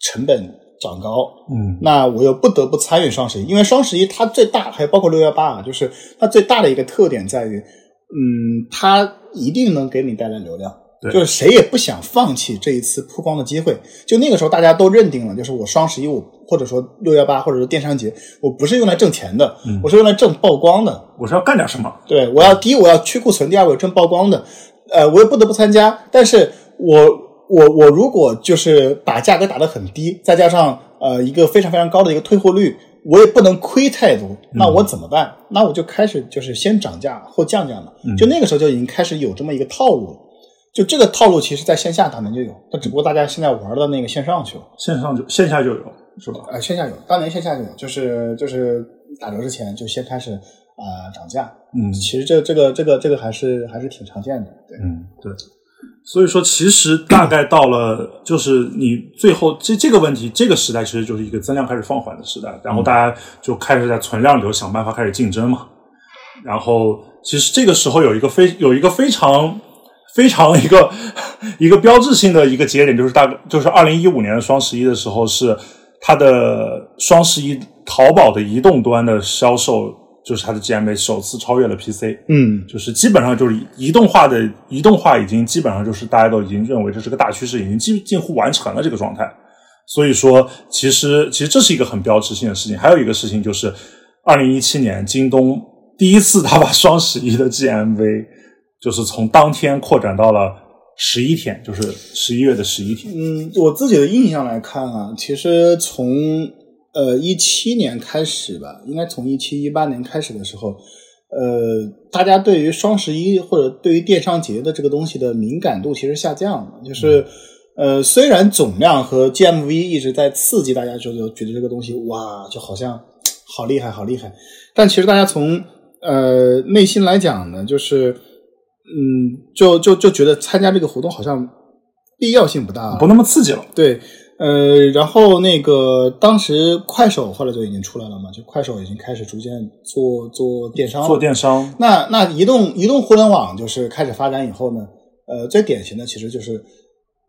成本涨高，嗯那我又不得不参与双十一，因为双十一它最大，还有包括六幺八啊，就是它最大的一个特点在于，嗯，它一定能给你带来流量，对就是谁也不想放弃这一次曝光的机会。就那个时候大家都认定了，就是我双十一我或者说六幺八或者说电商节，我不是用来挣钱的，嗯我是用来挣曝光的。我是要干点什么？对我要第一我要去库存，第二我有挣曝光的，呃，我也不得不参加。但是我我我如果就是把价格打得很低，再加上呃一个非常非常高的一个退货率，我也不能亏太多。那我怎么办？那我就开始就是先涨价后降价嘛。就那个时候就已经开始有这么一个套路了。就这个套路，其实在线下当年就有，但只不过大家现在玩到那个线上去了。线上就线下就有，是吧？呃，线下有，当年线下有，就是就是打折之前就先开始啊、呃涨价，嗯其实这这个这个这个还是还是挺常见的，对，嗯，对。所以说，其实大概到了，就是你最后这这个问题，这个时代其实就是一个增量开始放缓的时代，然后大家就开始在存量流想办法开始竞争嘛。然后，其实这个时候有一个非有一个非常非常一个 一个标志性的一个节点，就是大概就是二零一五年的双十一的时候，是它的双十一淘宝的移动端的销售，就是它的 GMV 首次超越了 PC。嗯，就是基本上就是移动化的移动化已经基本上就是大家都已经认为这是个大趋势，已经近近乎完成了这个状态。所以说，其实其实这是一个很标志性的事情。还有一个事情就是，二零一七年京东第一次他把双十一的 GMV 就是从当天扩展到了十一天，就是十一月的十一天。嗯，我自己的印象来看啊，其实从呃一七年开始吧，应该从一七一八年开始的时候，呃，大家对于双十一或者对于电商节的这个东西的敏感度其实下降了，就是。呃，虽然总量和 GMV 一直在刺激大家，觉得觉得这个东西哇，就好像好厉害，好厉害。但其实大家从呃内心来讲呢，就是嗯，就就就觉得参加这个活动好像必要性不大，不那么刺激了。对，呃，然后那个当时快手后来就已经出来了嘛，就快手已经开始逐渐做做电商了，做电商，那那移动移动互联网就是开始发展以后呢，呃，最典型的其实就是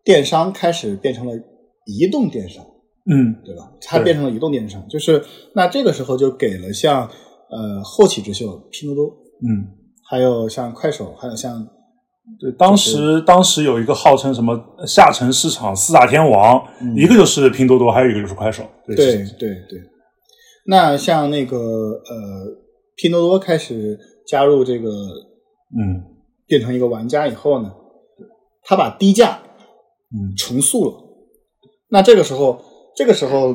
电商开始变成了移动电商，嗯，对吧？它变成了移动电商，就是那这个时候就给了像呃后起之秀拼多多，嗯，还有像快手，还有像对，当时当时有一个号称什么下沉市场四大天王，嗯一个就是拼多多，还有一个就是快手。对对是对对，那像那个呃拼多多开始加入这个嗯变成一个玩家以后呢，他把低价嗯，重塑了。那这个时候，这个时候，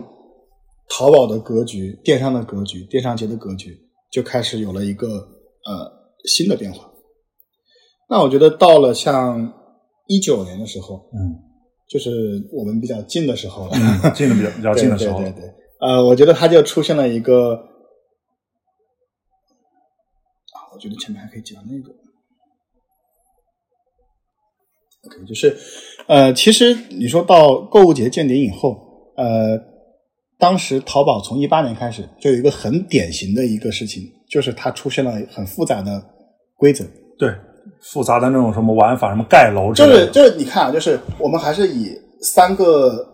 淘宝的格局、电商的格局、电商节的格局就开始有了一个呃新的变化。那我觉得到了像一九年的时候，嗯，就是我们比较近的时候了， 嗯进的 比较比较近的时候，对对对对，呃，我觉得它就出现了一个，啊，我觉得前面还可以讲那个，OK，就是，呃，其实你说到购物节见顶以后，呃，当时淘宝从一八年开始就有一个很典型的一个事情，就是它出现了很复杂的规则，对复杂的那种什么玩法，什么盖楼之就类是的，就是你看啊，就是我们还是以三个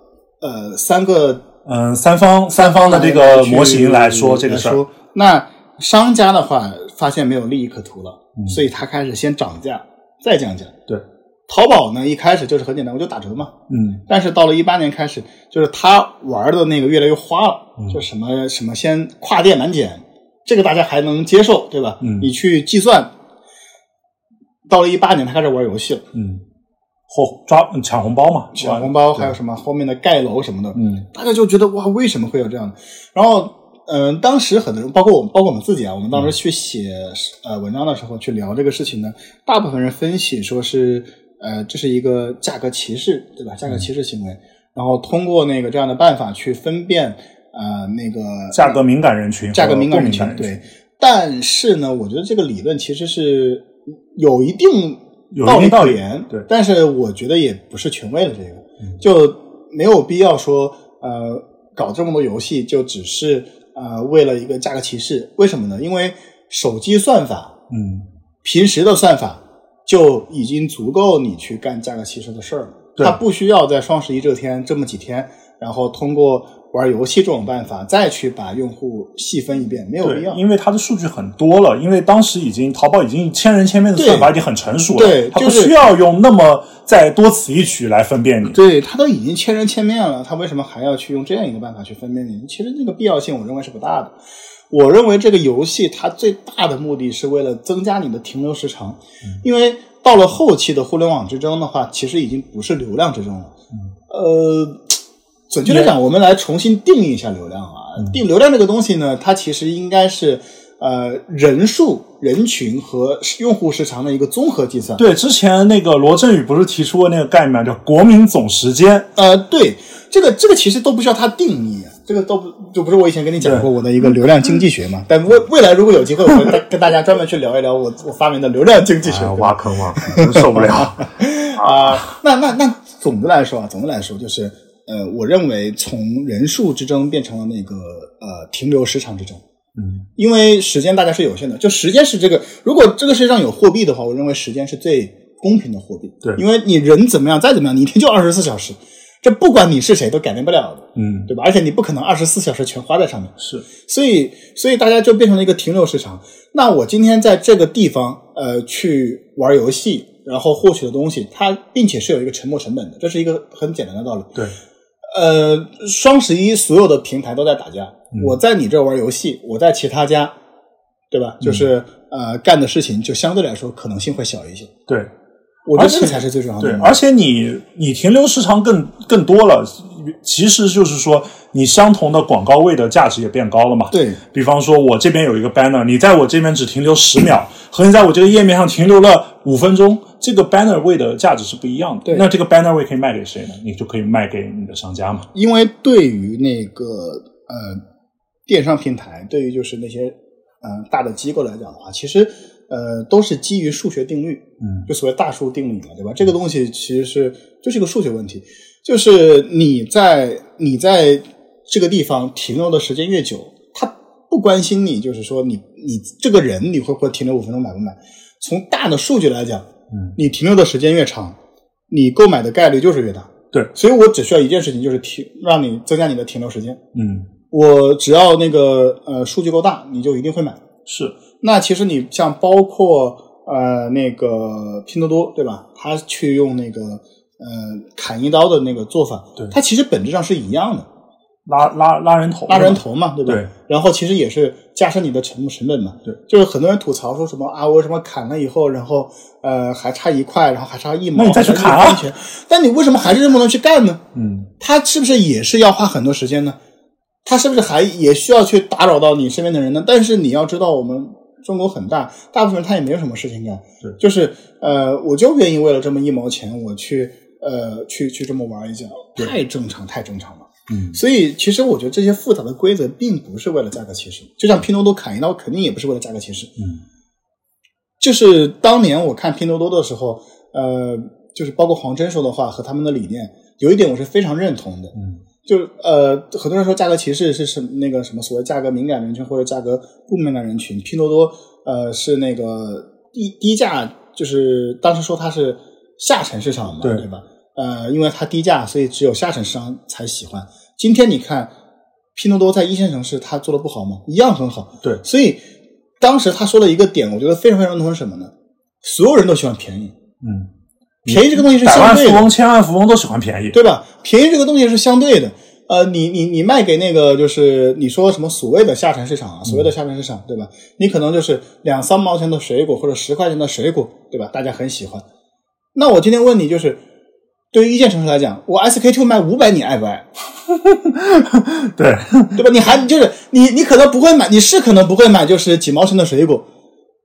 呃三个嗯，三方三方的这个模型来说这个事儿，。那商家的话，发现没有利益可图了，所以他开始先涨价，再降价。嗯对，淘宝呢，一开始就是很简单，我就打折嘛。嗯但是到了一八年开始，就是他玩的那个越来越花了，嗯就什么什么先跨店满减，这个大家还能接受，对吧？嗯你去计算，到了一八年，他开始玩游戏了，嗯，或抓抢红包嘛，抢红包，还有对什么后面的盖楼什么的，嗯大家就觉得哇，为什么会有这样的？然后，嗯、当时很多人，包括我们，包括我们自己啊，我们当时去写、呃文章的时候去聊这个事情呢，大部分人分析说是呃这是一个价格歧视，对吧？价格歧视行为，然后通过那个这样的办法去分辨呃那个价格敏感人群和价格敏感不人人群，对。但是呢，我觉得这个理论其实是有一定有一道理定道可理言，对但是我觉得也不是权威的这个，嗯就没有必要说呃搞这么多游戏，就只是呃为了一个价格歧视。为什么呢？因为手机算法、嗯，平时的算法就已经足够你去干价格歧视的事儿了。对它不需要在双十一这天这么几天，然后通过玩游戏这种办法再去把用户细分一遍，没有必对要，。因为它的数据很多了，因为当时已经淘宝已经千人千面的对算法已经很成熟了，对它不就是需要用那么再多此一举来分辨你。对，它都已经千人千面了，它为什么还要去用这样一个办法去分辨你？其实那个必要性，我认为是不大的。我认为这个游戏它最大的目的是为了增加你的停留时长，因为到了后期的互联网之争的话，其实已经不是流量之争了。呃，准确来讲，我们来重新定义一下流量啊。定流量这个东西呢，它其实应该是呃人数、人群和用户时长的一个综合计算。对，之前那个罗振宇不是提出过那个概念嘛叫“国民总时间呃，对，这个这个其实都不需要它定义，啊这个都不就不是我以前跟你讲过我的一个流量经济学嘛。但未未来如果有机会，我会跟大家专门去聊一聊我我发明的流量经济”，学。对吧哎挖坑挖坑，受不了。啊，那那那总的来说啊，总的来说就是，呃，我认为从人数之争变成了那个呃停留时长之争。 嗯，因为时间大家是有限的，就时间是这个，如果这个世界上有货币的话，我认为时间是最公平的货币。对因为你人怎么样，再怎么样，你一天就二十四小时，这不管你是谁都改变不了的，嗯，对吧？而且你不可能二十四小时全花在上面。是，所以，所以大家就变成了一个停留时长。那我今天在这个地方，呃，去玩游戏，然后获取的东西，它并且是有一个沉没成本的，这是一个很简单的道理。对，呃，双十一所有的平台都在打架，嗯我在你这玩游戏，我在其他家，对吧？就是、嗯呃，干的事情就相对来说可能性会小一些。对，我觉得而且这个才是最重要的对，东西。而且你你停留时长更更多了，其实就是说你相同的广告位的价值也变高了嘛。对比方说，我这边有一个 banner，你在我这边只停留十秒，和你在我这个页面上停留了五分钟，这个 banner 位的价值是不一样的。对那这个 banner 位可以卖给谁呢？你就可以卖给你的商家嘛。因为对于那个呃电商平台，对于就是那些嗯、大的机构来讲的话，其实呃都是基于数学定律，嗯就所谓大数定理嘛，对吧？这个东西其实是就是一个数学问题，就是你在你在这个地方停留的时间越久，他不关心你，就是说你你这个人你会不会停留五分钟买不买？从大的数据来讲，嗯，你停留的时间越长，你购买的概率就是越大。对，所以我只需要一件事情，就是停，让你增加你的停留时间。嗯，我只要那个呃数据够大，你就一定会买。是，那其实你像包括呃那个拼多多对吧？他去用那个呃砍一刀的那个做法，对它其实本质上是一样的，拉拉拉人头，拉人，头嘛，对吧？对然后其实也是加深你的成成本嘛。对，就是很多人吐槽说什么啊，我什么砍了以后，然后呃还差一块，然后还差一毛，那你再去还差砍啊一分钱但你为什么还是这么能去干呢？嗯，他是不是也是要花很多时间呢？他是不是还也需要去打扰到你身边的人呢？但是你要知道，我们中国很大，大部分人他也没有什么事情干对，就是呃，我就愿意为了这么一毛钱，我去呃去去这么玩一下，对太正常，太正常了。嗯，所以其实我觉得这些复杂的规则并不是为了价格歧视，就像拼多多砍一刀肯定也不是为了价格歧视。嗯，就是当年我看拼多多的时候，呃，就是包括黄峥说的话和他们的理念，有一点我是非常认同的，嗯，就是呃，很多人说价格歧视是什那个什么所谓价格敏感人群或者价格不敏感人群，拼多多呃是那个低低价，就是当时说它是下沉市场嘛，对对吧？呃，因为它低价，所以只有下沉市场才喜欢。今天你看，拼多多在一线城市它做的不好吗？一样很好。对，所以当时他说了一个点，我觉得非常非常认同是什么呢？所有人都喜欢便宜，嗯，便宜这个东西是百相万对富的，翁、千万富翁都喜欢便宜，对吧？便宜这个东西是相对的。呃，你你你卖给那个就是你说什么所谓的下沉市嗯场啊，所谓的下沉市场，对吧？你可能就是两三毛钱的水果或者十块钱的水果，对吧？大家很喜欢。那我今天问你，就是对于一线城市来讲，我 SK two 卖五百，你爱不爱？对，对吧？你还就是你，你可能不会买，你是可能不会买，就是几毛钱的水果，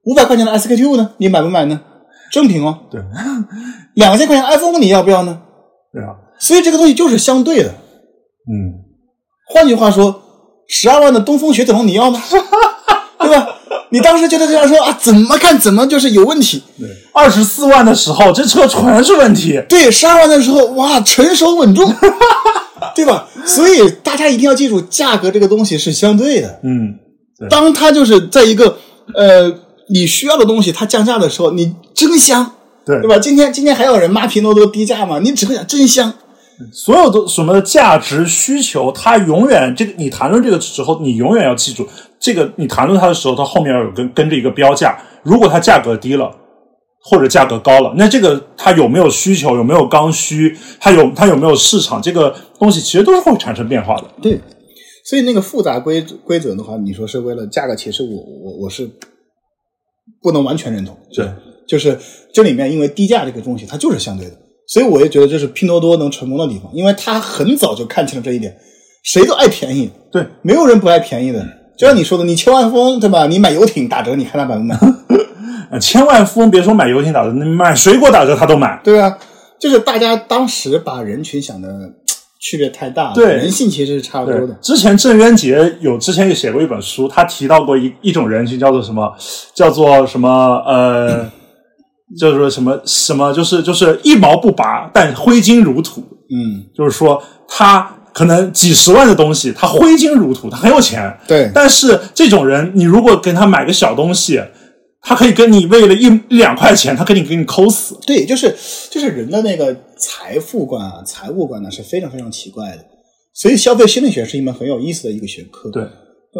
五百块钱的 SK two 呢，你买不买呢？正品哦，对，两千块钱 iPhone 你要不要呢？对啊，所以这个东西就是相对的。嗯，换句话说，十二万的东风雪铁龙你要吗？ 对吧？你当时觉得这样说啊，怎么看怎么就是有问题。对，二十四万的时候，这车全是问题，对，十二万的时候，哇，成熟稳重， 对吧？所以大家一定要记住，价格这个东西是相对的。嗯，对当它就是在一个呃你需要的东西它降价的时候，你真香，对对吧？今天今天还有人骂拼多多低价嘛？你只会想真香，所有的什么价值需求，它永远这个你谈论这个时候，你永远要记住，这个你谈论它的时候，它后面要有跟跟着一个标价。如果它价格低了，或者价格高了，那这个它有没有需求，有没有刚需，它有它有没有市场，这个东西其实都是会产生变化的。对。所以那个复杂规规则的话，你说是为了价格歧视，我我我是不能完全认同。对，就是这里面因为低价这个东西它就是相对的，所以我也觉得这是拼多多能成功的地方，因为它很早就看清了这一点，谁都爱便宜，对，嗯没有人不爱便宜的。就像你说的，你千万富翁对吧？你买游艇打折，你看他买不买？呃千万富翁别说买游艇打折，你买水果打折他都买。对啊，就是大家当时把人群想的区别太大了，对人性其实是差不对多的，，之前郑渊洁有之前也写过一本书，他提到过一一种人群叫做什么，叫做什么呃，叫做什么什么，就是就是一毛不拔，但挥金如土，嗯，就是说他可能几十万的东西，他挥金如土，他很有钱，对，但是这种人，你如果给他买个小东西，他可以跟你为了一一两块钱，他可以给你抠死，对，就是就是人的那个财富观啊、财务观呢、是非常非常奇怪的，所以消费心理学是一门很有意思的一个学科，对，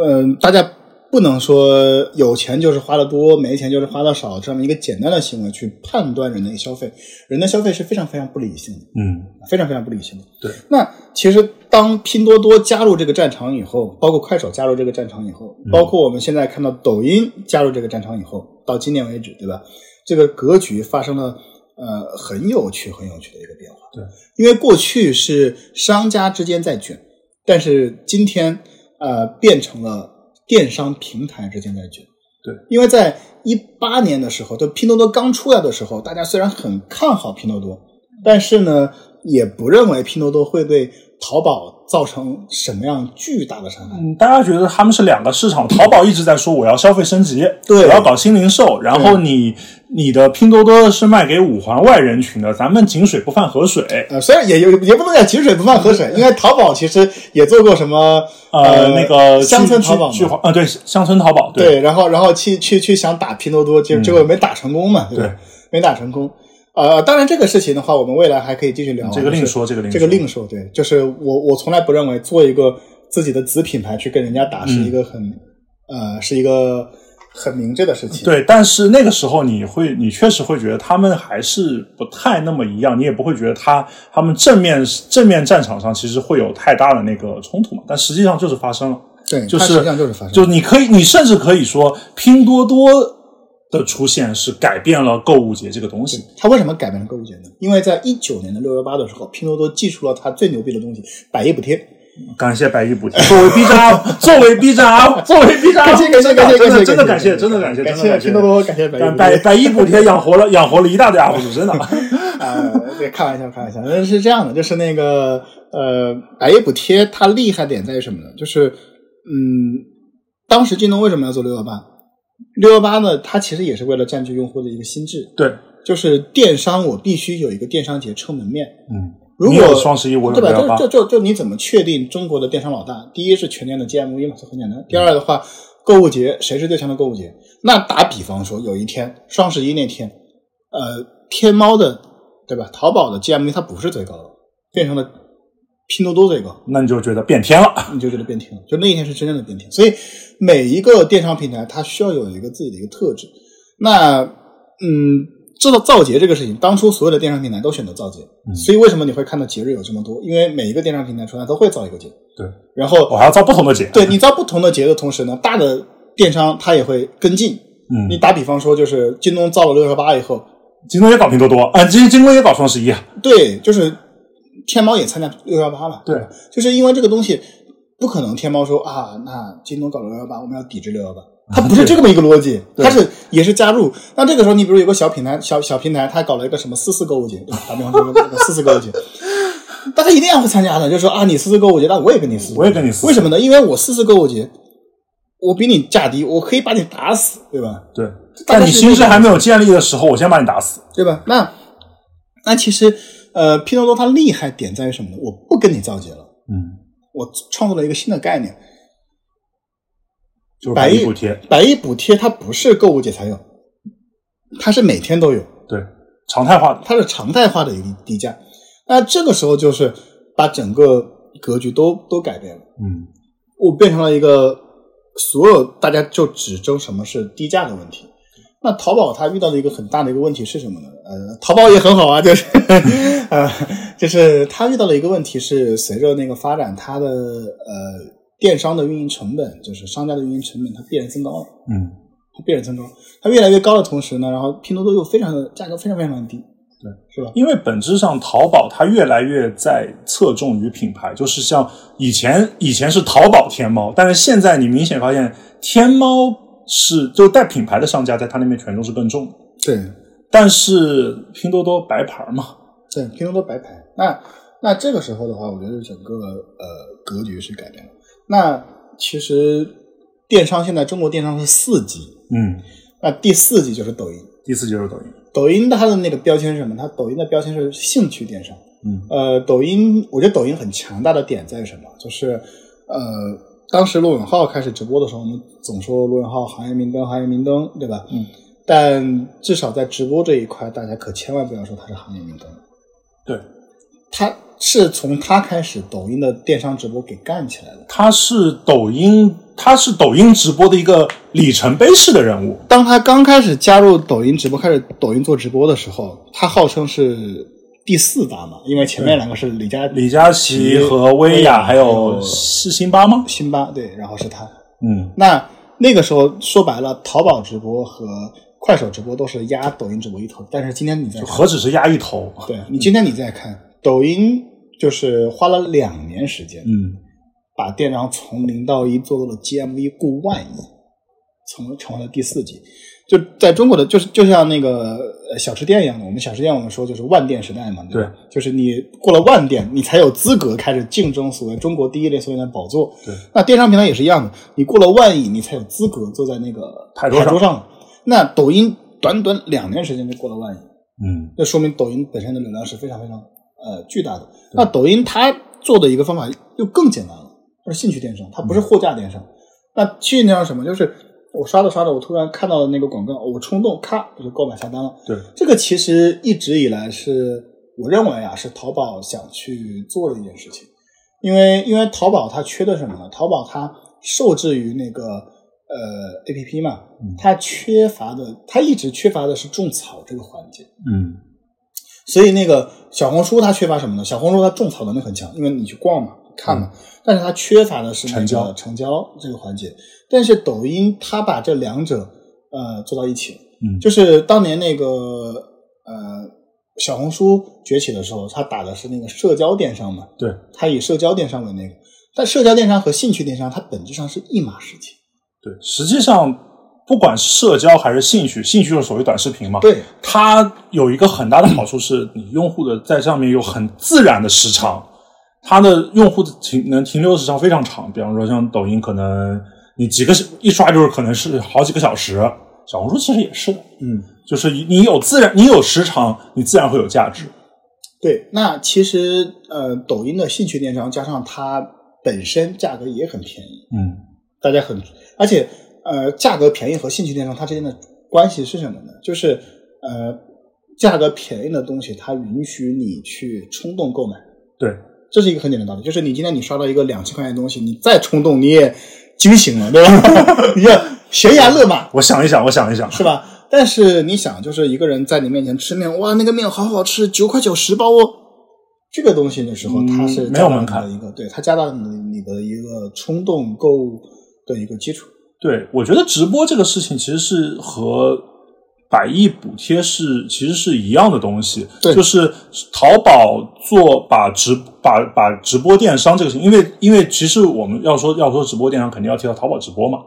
嗯，大家不能说有钱就是花的多，没钱就是花的少这么一个简单的行为去判断人的消费，人的消费是非常非常不理性的。嗯，非常非常不理性的。对，那其实当拼多多加入这个战场以后，包括快手加入这个战场以后，包括我们现在看到抖音加入这个战场以后，到今年为止，对吧？这个格局发生了呃很有趣、很有趣的一个变化。对，因为过去是商家之间在卷，但是今天呃变成了电商平台之间在卷。对，因为在一八年的时候，就拼多多刚出来的时候，大家虽然很看好拼多多，但是呢，也不认为拼多多会对淘宝造成什么样巨大的伤害。嗯，大家觉得他们是两个市场，淘宝一直在说我要消费升级，对我要搞新零售，然后对你你的拼多多是卖给五环外人群的，咱们井水不犯河水，呃，虽然也有也不能叫井水不犯河水，因为淘宝其实也做过什么呃，那个乡村去淘宝嘛去去啊，对，乡村淘宝，对，然后然后去去去想打拼多多，结结果没打成功嘛，对吧？嗯对没打成功。呃，当然这个事情的话，我们未来还可以继续聊。啊这个另就是说，这个另这个说另说，对，就是我我从来不认为做一个自己的子品牌去跟人家打嗯是一个很、呃是一个很明智的事情。，对，但是那个时候你会，你确实会觉得他们还是不太那么一样，你也不会觉得他他们正面正面战场上其实会有太大的那个冲突嘛，但实际上就是发生了，对，就它是实际上就是发生就你可以，你甚至可以说拼多多的出现是改变了购物节这个东西，它为什么改变了购物节呢？因为在一九年的六幺八的时候，拼多多寄出了它最牛逼的东西——百亿补贴。感谢白衣补贴，作为 B 站， 作为 B 站，作为 B 站，感谢感谢真的感真的啊谢感谢真的感谢谢，真的感谢，感真的感谢拼多多，感谢百亿但补百贴。百亿补贴养活了养活了一大堆 UP 主，真的。呃，对，开玩笑，开玩笑。但是这样的，就是那个呃，百亿补贴它厉害点在于什么呢？就是嗯，当时京东为什么要做六幺八？六幺八呢，它其实也是为了占据用户的一个心智，对，就是电商我必须有一个电商节撑门面。嗯，如你有果双十一，我有对吧？六幺就八就，就就你怎么确定中国的电商老大？第一是全年的 GMV 嘛，这很简单。第二的话，购物节谁是最强的购物节？那打比方说，有一天双十一那天，呃，天猫的对吧？淘宝的 GMV 它不是最高的，变成了拼多多最高，那你就觉得变天了。你就觉得变天了。就那一天是真正的变天。所以每一个电商平台它需要有一个自己的一个特质。那嗯，知道造节这个事情，当初所有的电商平台都选择造节，嗯所以为什么你会看到节日有这么多？因为每一个电商平台出来都会造一个节。对，哦然我后还要造不同的节。对你造不同的节的同时呢，大的电商它也会跟进。你嗯，打比方说，就是京东造了六幺八以后，京东也搞拼多多啊，京京东也搞双十一。对，就是天猫也参加六幺八嘛，对，就是因为这个东西不可能，天猫说啊，那京东搞六幺八，我们要抵制六幺八，它不是这么一个逻辑，啊对它是也是加入。那这个时候，你比如有个小平台，小小平台，它搞了一个什么四四购物节，打比方说那个四四购物节。大家一定要会参加的，就说啊，你四四购物节，那我也跟你四，我也跟你四四为什么呢？因为我四四购物节，我比你价低，我可以把你打死，对吧？对，大但概你是心智这个还没有建立的时候，我先把你打死。对吧？那那其实，呃，拼多多它厉害点在于什么呢？我不跟你造节了，嗯，我创造了一个新的概念，就是百百亿亿补贴，百亿补贴它不是购物节才有，它是每天都有，对，常态化的。它是常态化的一个低价。那这个时候就是把整个格局都都改变了，嗯，我变成了一个所有大家就只争什么是低价的问题。那淘宝它遇到的一个很大的一个问题是什么呢？呃，淘宝也很好啊，就是 呃，就是它遇到的一个问题是，随着那个发展，它的呃电商的运营成本，就是商家的运营成本，它必然增高了。嗯，它必然增高。它越来越高的同时呢，然后拼多多又非常的价格非常非常的低，对，是吧？因为本质上淘宝它越来越在侧重于品牌，就是像以前以前是淘宝、天猫，但是现在你明显发现天猫是就带品牌的商家在它那边权重是更重的，对但是拼多多白牌嘛，对，拼多多白牌。那那这个时候的话，我觉得整个呃格局是改变了。那其实电商现在中国电商是四级，嗯，那第四级就是抖音。第四季就是抖音。抖音它的那个标签是什么？它抖音的标签是兴趣电商。嗯呃，抖音，我觉得抖音很强大的点在于什么？就是，呃，当时罗永浩开始直播的时候，我们总说罗永浩行业明灯，行业明灯，对吧？嗯。但至少在直播这一块，大家可千万不要说他是行业明灯。对，他是从他开始，抖音的电商直播给干起来的。他是抖音，他是抖音直播的一个里程碑式的人物。当他刚开始加入抖音直播，开始抖音做直播的时候，他号称是第四大嘛，因为前面两个是李佳李佳琦和薇娅，还有是辛巴吗？辛巴，对，然后是他。嗯，那那个时候说白了，淘宝直播和快手直播都是压抖音直播一头，但是今天你再就看，何止是压一头。 对你今天你再看抖音，就是花了两年时间，嗯，把电商从零到一做到了 GMV 过万亿，成成为了第四级。就在中国的，就是就像那个呃小吃店一样的，我们小吃店我们说就是万店时代嘛，吧就是你过了万店，你才有资格开始竞争所谓中国第一类所谓的宝座。对，那电商平台也是一样的，你过了万亿，你才有资格坐在那个牌桌桌上上。那抖音短短两年时间就过了万亿，嗯，那说明抖音本身的流量是非常非常呃巨大的。那抖音它做的一个方法又更简单了，它是兴趣电商，它不是货架电商。那兴趣电商是什么？就是我刷着刷着，我突然看到了那个广告，我冲动咔我就购买下单了。对，这个其实一直以来是我认为啊，是淘宝想去做的一件事情，因为因为淘宝它缺的是什么呢？淘宝它受制于那个呃 A P P 嘛嗯，它缺乏的，它一直缺乏的是种草这个环节。嗯，所以那个小红书它缺乏什么呢？小红书它种草能力很强，因为你去逛嘛、看嘛，但是它缺乏的是那个嗯成交成交这个环节。但是抖音它把这两者呃做到一起了，嗯就是当年那个呃小红书崛起的时候，它打的是那个社交电商嘛，对，它以社交电商为那个，但社交电商和兴趣电商它本质上是一码事情。对，实际上不管是社交还是兴趣，兴趣就是所谓短视频嘛，对，它有一个很大的好处是，你用户的在上面有很自然的时长，它的用户的停能停留的时长非常长。比方说像抖音，可能你几个一刷就是可能是好几个小时，小红书其实也是的，嗯。就是你有自然，你有时长，你自然会有价值。对，那其实呃，抖音的兴趣电商加上它本身价格也很便宜，嗯大家很，而且呃，价格便宜和兴趣电商它之间的关系是什么呢？就是呃，价格便宜的东西它允许你去冲动购买，，对，这是一个很简单的道理。就是你今天你刷到一个两千块钱的东西，你再冲动你也惊醒了，对吧？ 你要悬崖勒马，我想一想，我想一想，是吧？但是你想，就是一个人在你面前吃面，哇，那个面好好吃，九块九十包哦。这个东西的时候，嗯它是没有加大门你的槛一个对它加大你你的一个冲动购物的一个基础。对，我觉得直播这个事情其实是和百亿补贴是其实是一样的东西，对就是淘宝做把直把把直播电商这个事情，因为因为其实我们要说要说直播电商，肯定要提到淘宝直播嘛，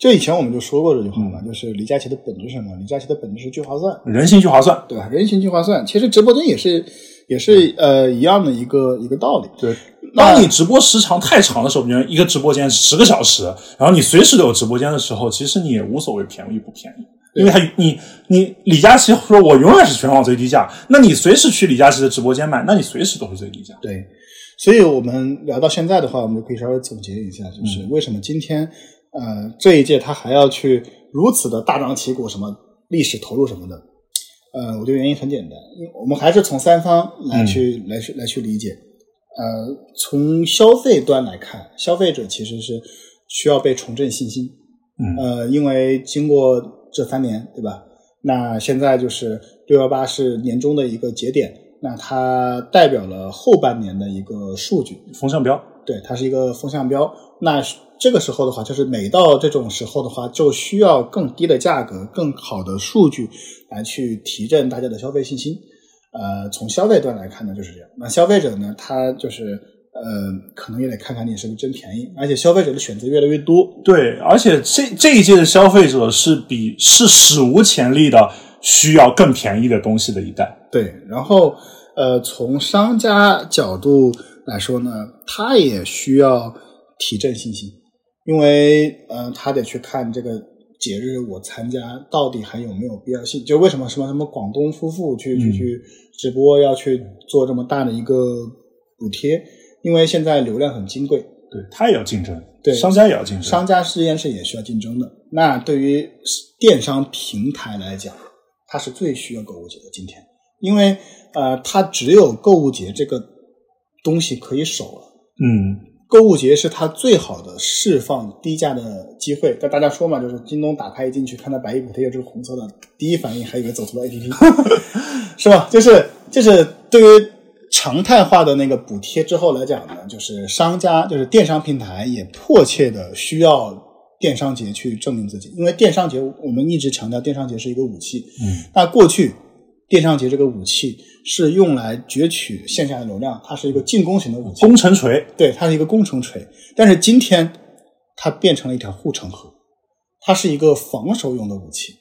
就以前我们就说过这句话嘛，就是李佳琦的本质是什么？李佳琦的本质是聚划算，人性去划算，对吧？啊人群聚划算，其实直播间也是也是呃一样的一个一个道理。对。当你直播时长太长的时候，比如一个直播间十个小时，然后你随时都有直播间的时候，其实你也无所谓便宜不便宜，因为他你你李佳琦说我永远是全网最低价，那你随时去李佳琦的直播间买，那你随时都是最低价。对，所以我们聊到现在的话，我们就可以稍微总结一下，就是为什么今天呃这一届他还要去如此的大张旗鼓，什么历史投入什么的。呃，我觉得原因很简单，因为我们还是从三方来去、来去来去理解。呃，从消费端来看，消费者其实是需要被重振信心。嗯呃，因为经过这三年，对吧？那现在就是六幺八是年终的一个节点，那它代表了后半年的一个数据，风向标。对，它是一个风向标。那这个时候的话，就是每到这种时候的话，就需要更低的价格、更好的数据来去提振大家的消费信心。呃，从消费端来看呢，就是这样。那消费者呢，他就是呃，可能也得看看你是不是真便宜，而且消费者的选择越来越多。对，而且这这一届的消费者是比是史无前例的需要更便宜的东西的一代。对，然后呃，从商家角度来说呢，他也需要提振信心，因为呃，他得去看这个节日我参加到底还有没有必要性。就为什么什么什么广东夫妇去去嗯去直播要去做这么大的一个补贴，因为现在流量很金贵，对，他也要竞争，对商家也要竞争，商家实验室也需要竞争的。那对于电商平台来讲，它是最需要购物节的。今天，因为呃，它只有购物节这个东西可以守了。嗯，购物节是它最好的释放低价的机会。但大家说嘛，就是京东打开一进去，看到百亿补贴又是个红色的，第一反应还以为走错了 APP，是吧？就是就是对于常态化的那个补贴之后来讲呢，就是商家就是电商平台也迫切的需要。电商节去证明自己，因为电商节我们一直强调电商节是一个武器，嗯，那过去电商节这个武器是用来攫取线下的流量，它是一个进攻型的武器，工程锤，对，它是一个工程锤。但是今天它变成了一条护城河，它是一个防守用的武器。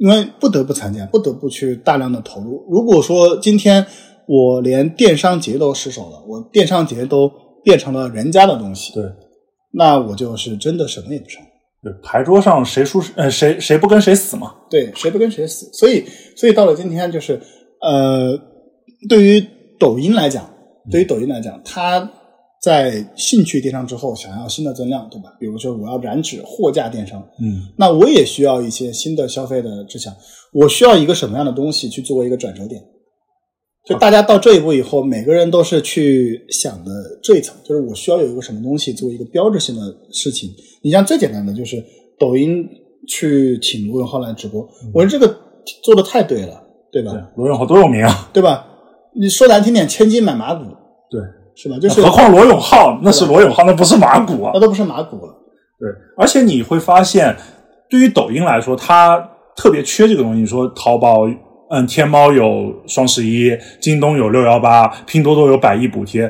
因为不得不参加，不得不去大量的投入。如果说今天我连电商节都失手了，我电商节都变成了人家的东西，对，那我就是真的什么也不剩。对，牌桌上谁输谁呃谁谁不跟谁死嘛。对，谁不跟谁死。所以，所以到了今天，就是呃，对于抖音来讲，对于抖音来讲，它在兴趣电商之后，想要新的增量，对吧？比如说，我要染指货架电商，嗯，那我也需要一些新的消费的志向，我需要一个什么样的东西去作为一个转折点？就大家到这一步以后，每个人都是去想的这一层，就是我需要有一个什么东西作为一个标志性的事情。你像最简单的，就是抖音去请罗永浩来直播，我说这个做的太对了，对吧？对，罗永浩多有名啊。对吧？你说难听点，千金买马骨对，是吧？就是何况罗永浩，那是罗永浩，那不是马古啊那。都不是马骨了，对，而且你会发现，对于抖音来说，它特别缺这个东西。你说淘宝，嗯，天猫有双十一，京东有六幺八，拼多多有百亿补贴，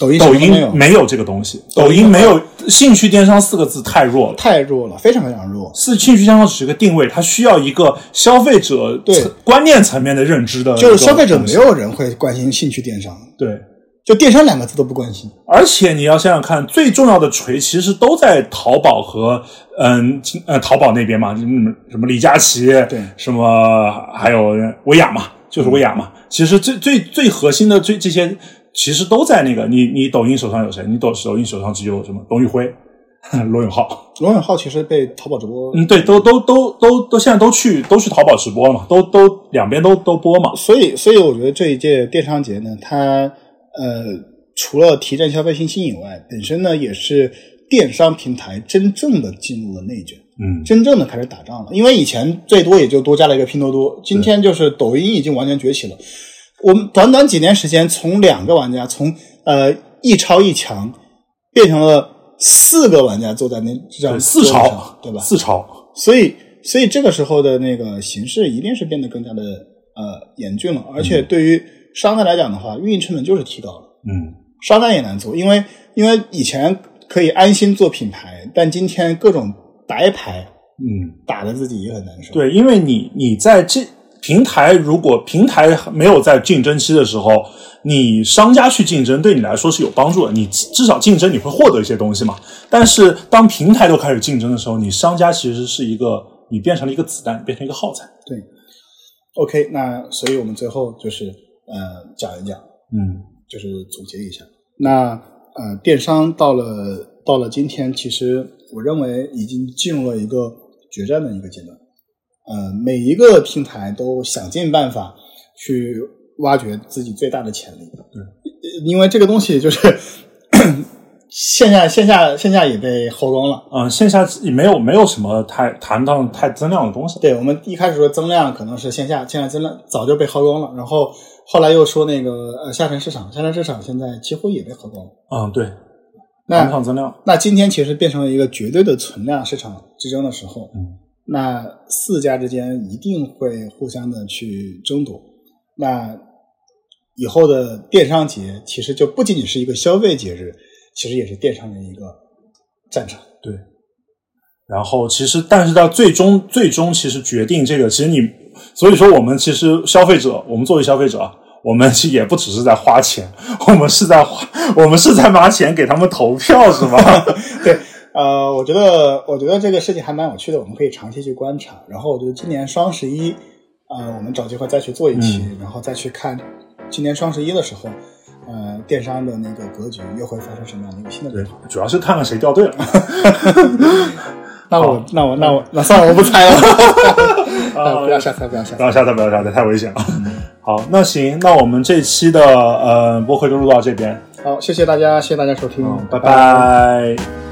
抖音什么抖都没有音没有这个东西。抖抖音音没有兴趣电商四个字太弱了。太弱了，非常非常弱。是兴趣电商只是个定位，它需要一个消费者对层观念层面的认知的一个就东是西，消费者没有人会关心兴趣电商，对。就电商两个字都不关心。而且你要想想看，最重要的锤其实都在淘宝和嗯京呃淘宝那边嘛，嗯什么李佳琦，对什么还有薇娅嘛，就是薇娅嘛。其实最最最核心的最这些，其实都在那个你你抖音手上有谁？你抖抖音手上只有什么？董宇辉、 罗永浩，罗永浩其实被淘宝直播，嗯，对，都都都都都现在都去都去淘宝直播了嘛，都都两边都都播嘛。所以所以我觉得这一届电商节呢，它呃除了提振消费信心以外，本身呢也是电商平台真正的进入了内卷。嗯，真正的开始打仗了。因为以前最多也就多加了一个拼多多，今天就是抖音已经完全崛起了。我们短短几年时间，从两个玩家，从呃一超一强，变成了四个玩家坐在那这样对四朝对吧？四朝。所以，所以这个时候的那个形势一定是变得更加的呃严峻了。而且对于商家来讲的话，运营成本就是提高了。嗯，商家也难做，因为因为以前可以安心做品牌，但今天各种白牌嗯。打的自己也很难受。，对，因为你你在这平台，如果平台没有在竞争期的时候，你商家去竞争，对你来说是有帮助的。你至至少竞争，你会获得一些东西嘛。但是当平台都开始竞争的时候，你商家其实是一个，你变成了一个子弹，你变成一个耗材。 OK，那所以我们最后就是呃讲一讲，嗯就是总结一下。那呃，电商到了到了今天，其实我认为已经进入了一个决战的一个阶段。呃，每一个平台都想尽办法去挖掘自己最大的潜力。对，因为这个东西就是 线下线下线下也被后光了。嗯、呃线下没有没有什么太谈到太增量的东西。对我们一开始说增量可能是线下，现在增量早就被薅光了，然后后来又说那个呃下沉市场，下沉市场现在几乎也被薅光了。嗯，对，谈不那上增量。那今天其实变成了一个绝对的存量市场之争的时候，嗯那四家之间一定会互相的去争夺。那以后的电商节其实就不仅仅是一个消费节日，其实也是电商的一个战场。对。然后其实，但是到最终，最终其实决定这个，其实你，所以说我们其实消费者，我们作为消费者，啊我们其实也不只是在花钱， 我们是在花，我们是在拿钱给他们投票，是吗？对，呃，我觉得我觉得这个事情还蛮有趣的，我们可以长期去观察。然后我觉得今年双十一，呃，我们找机会再去做一期，然后再去看今年双十一的时候，呃，电商的那个格局又会发生什么样的一个新的 对变化。，主要是看看谁掉队了 那我那我那我那算了，我不猜了，啊，啊 不要瞎猜，不要瞎不猜。要下载，不要下载，太危险了。好，那行，那我们这期的呃播客就录到这边，好，谢谢大家，谢谢大家收听，拜拜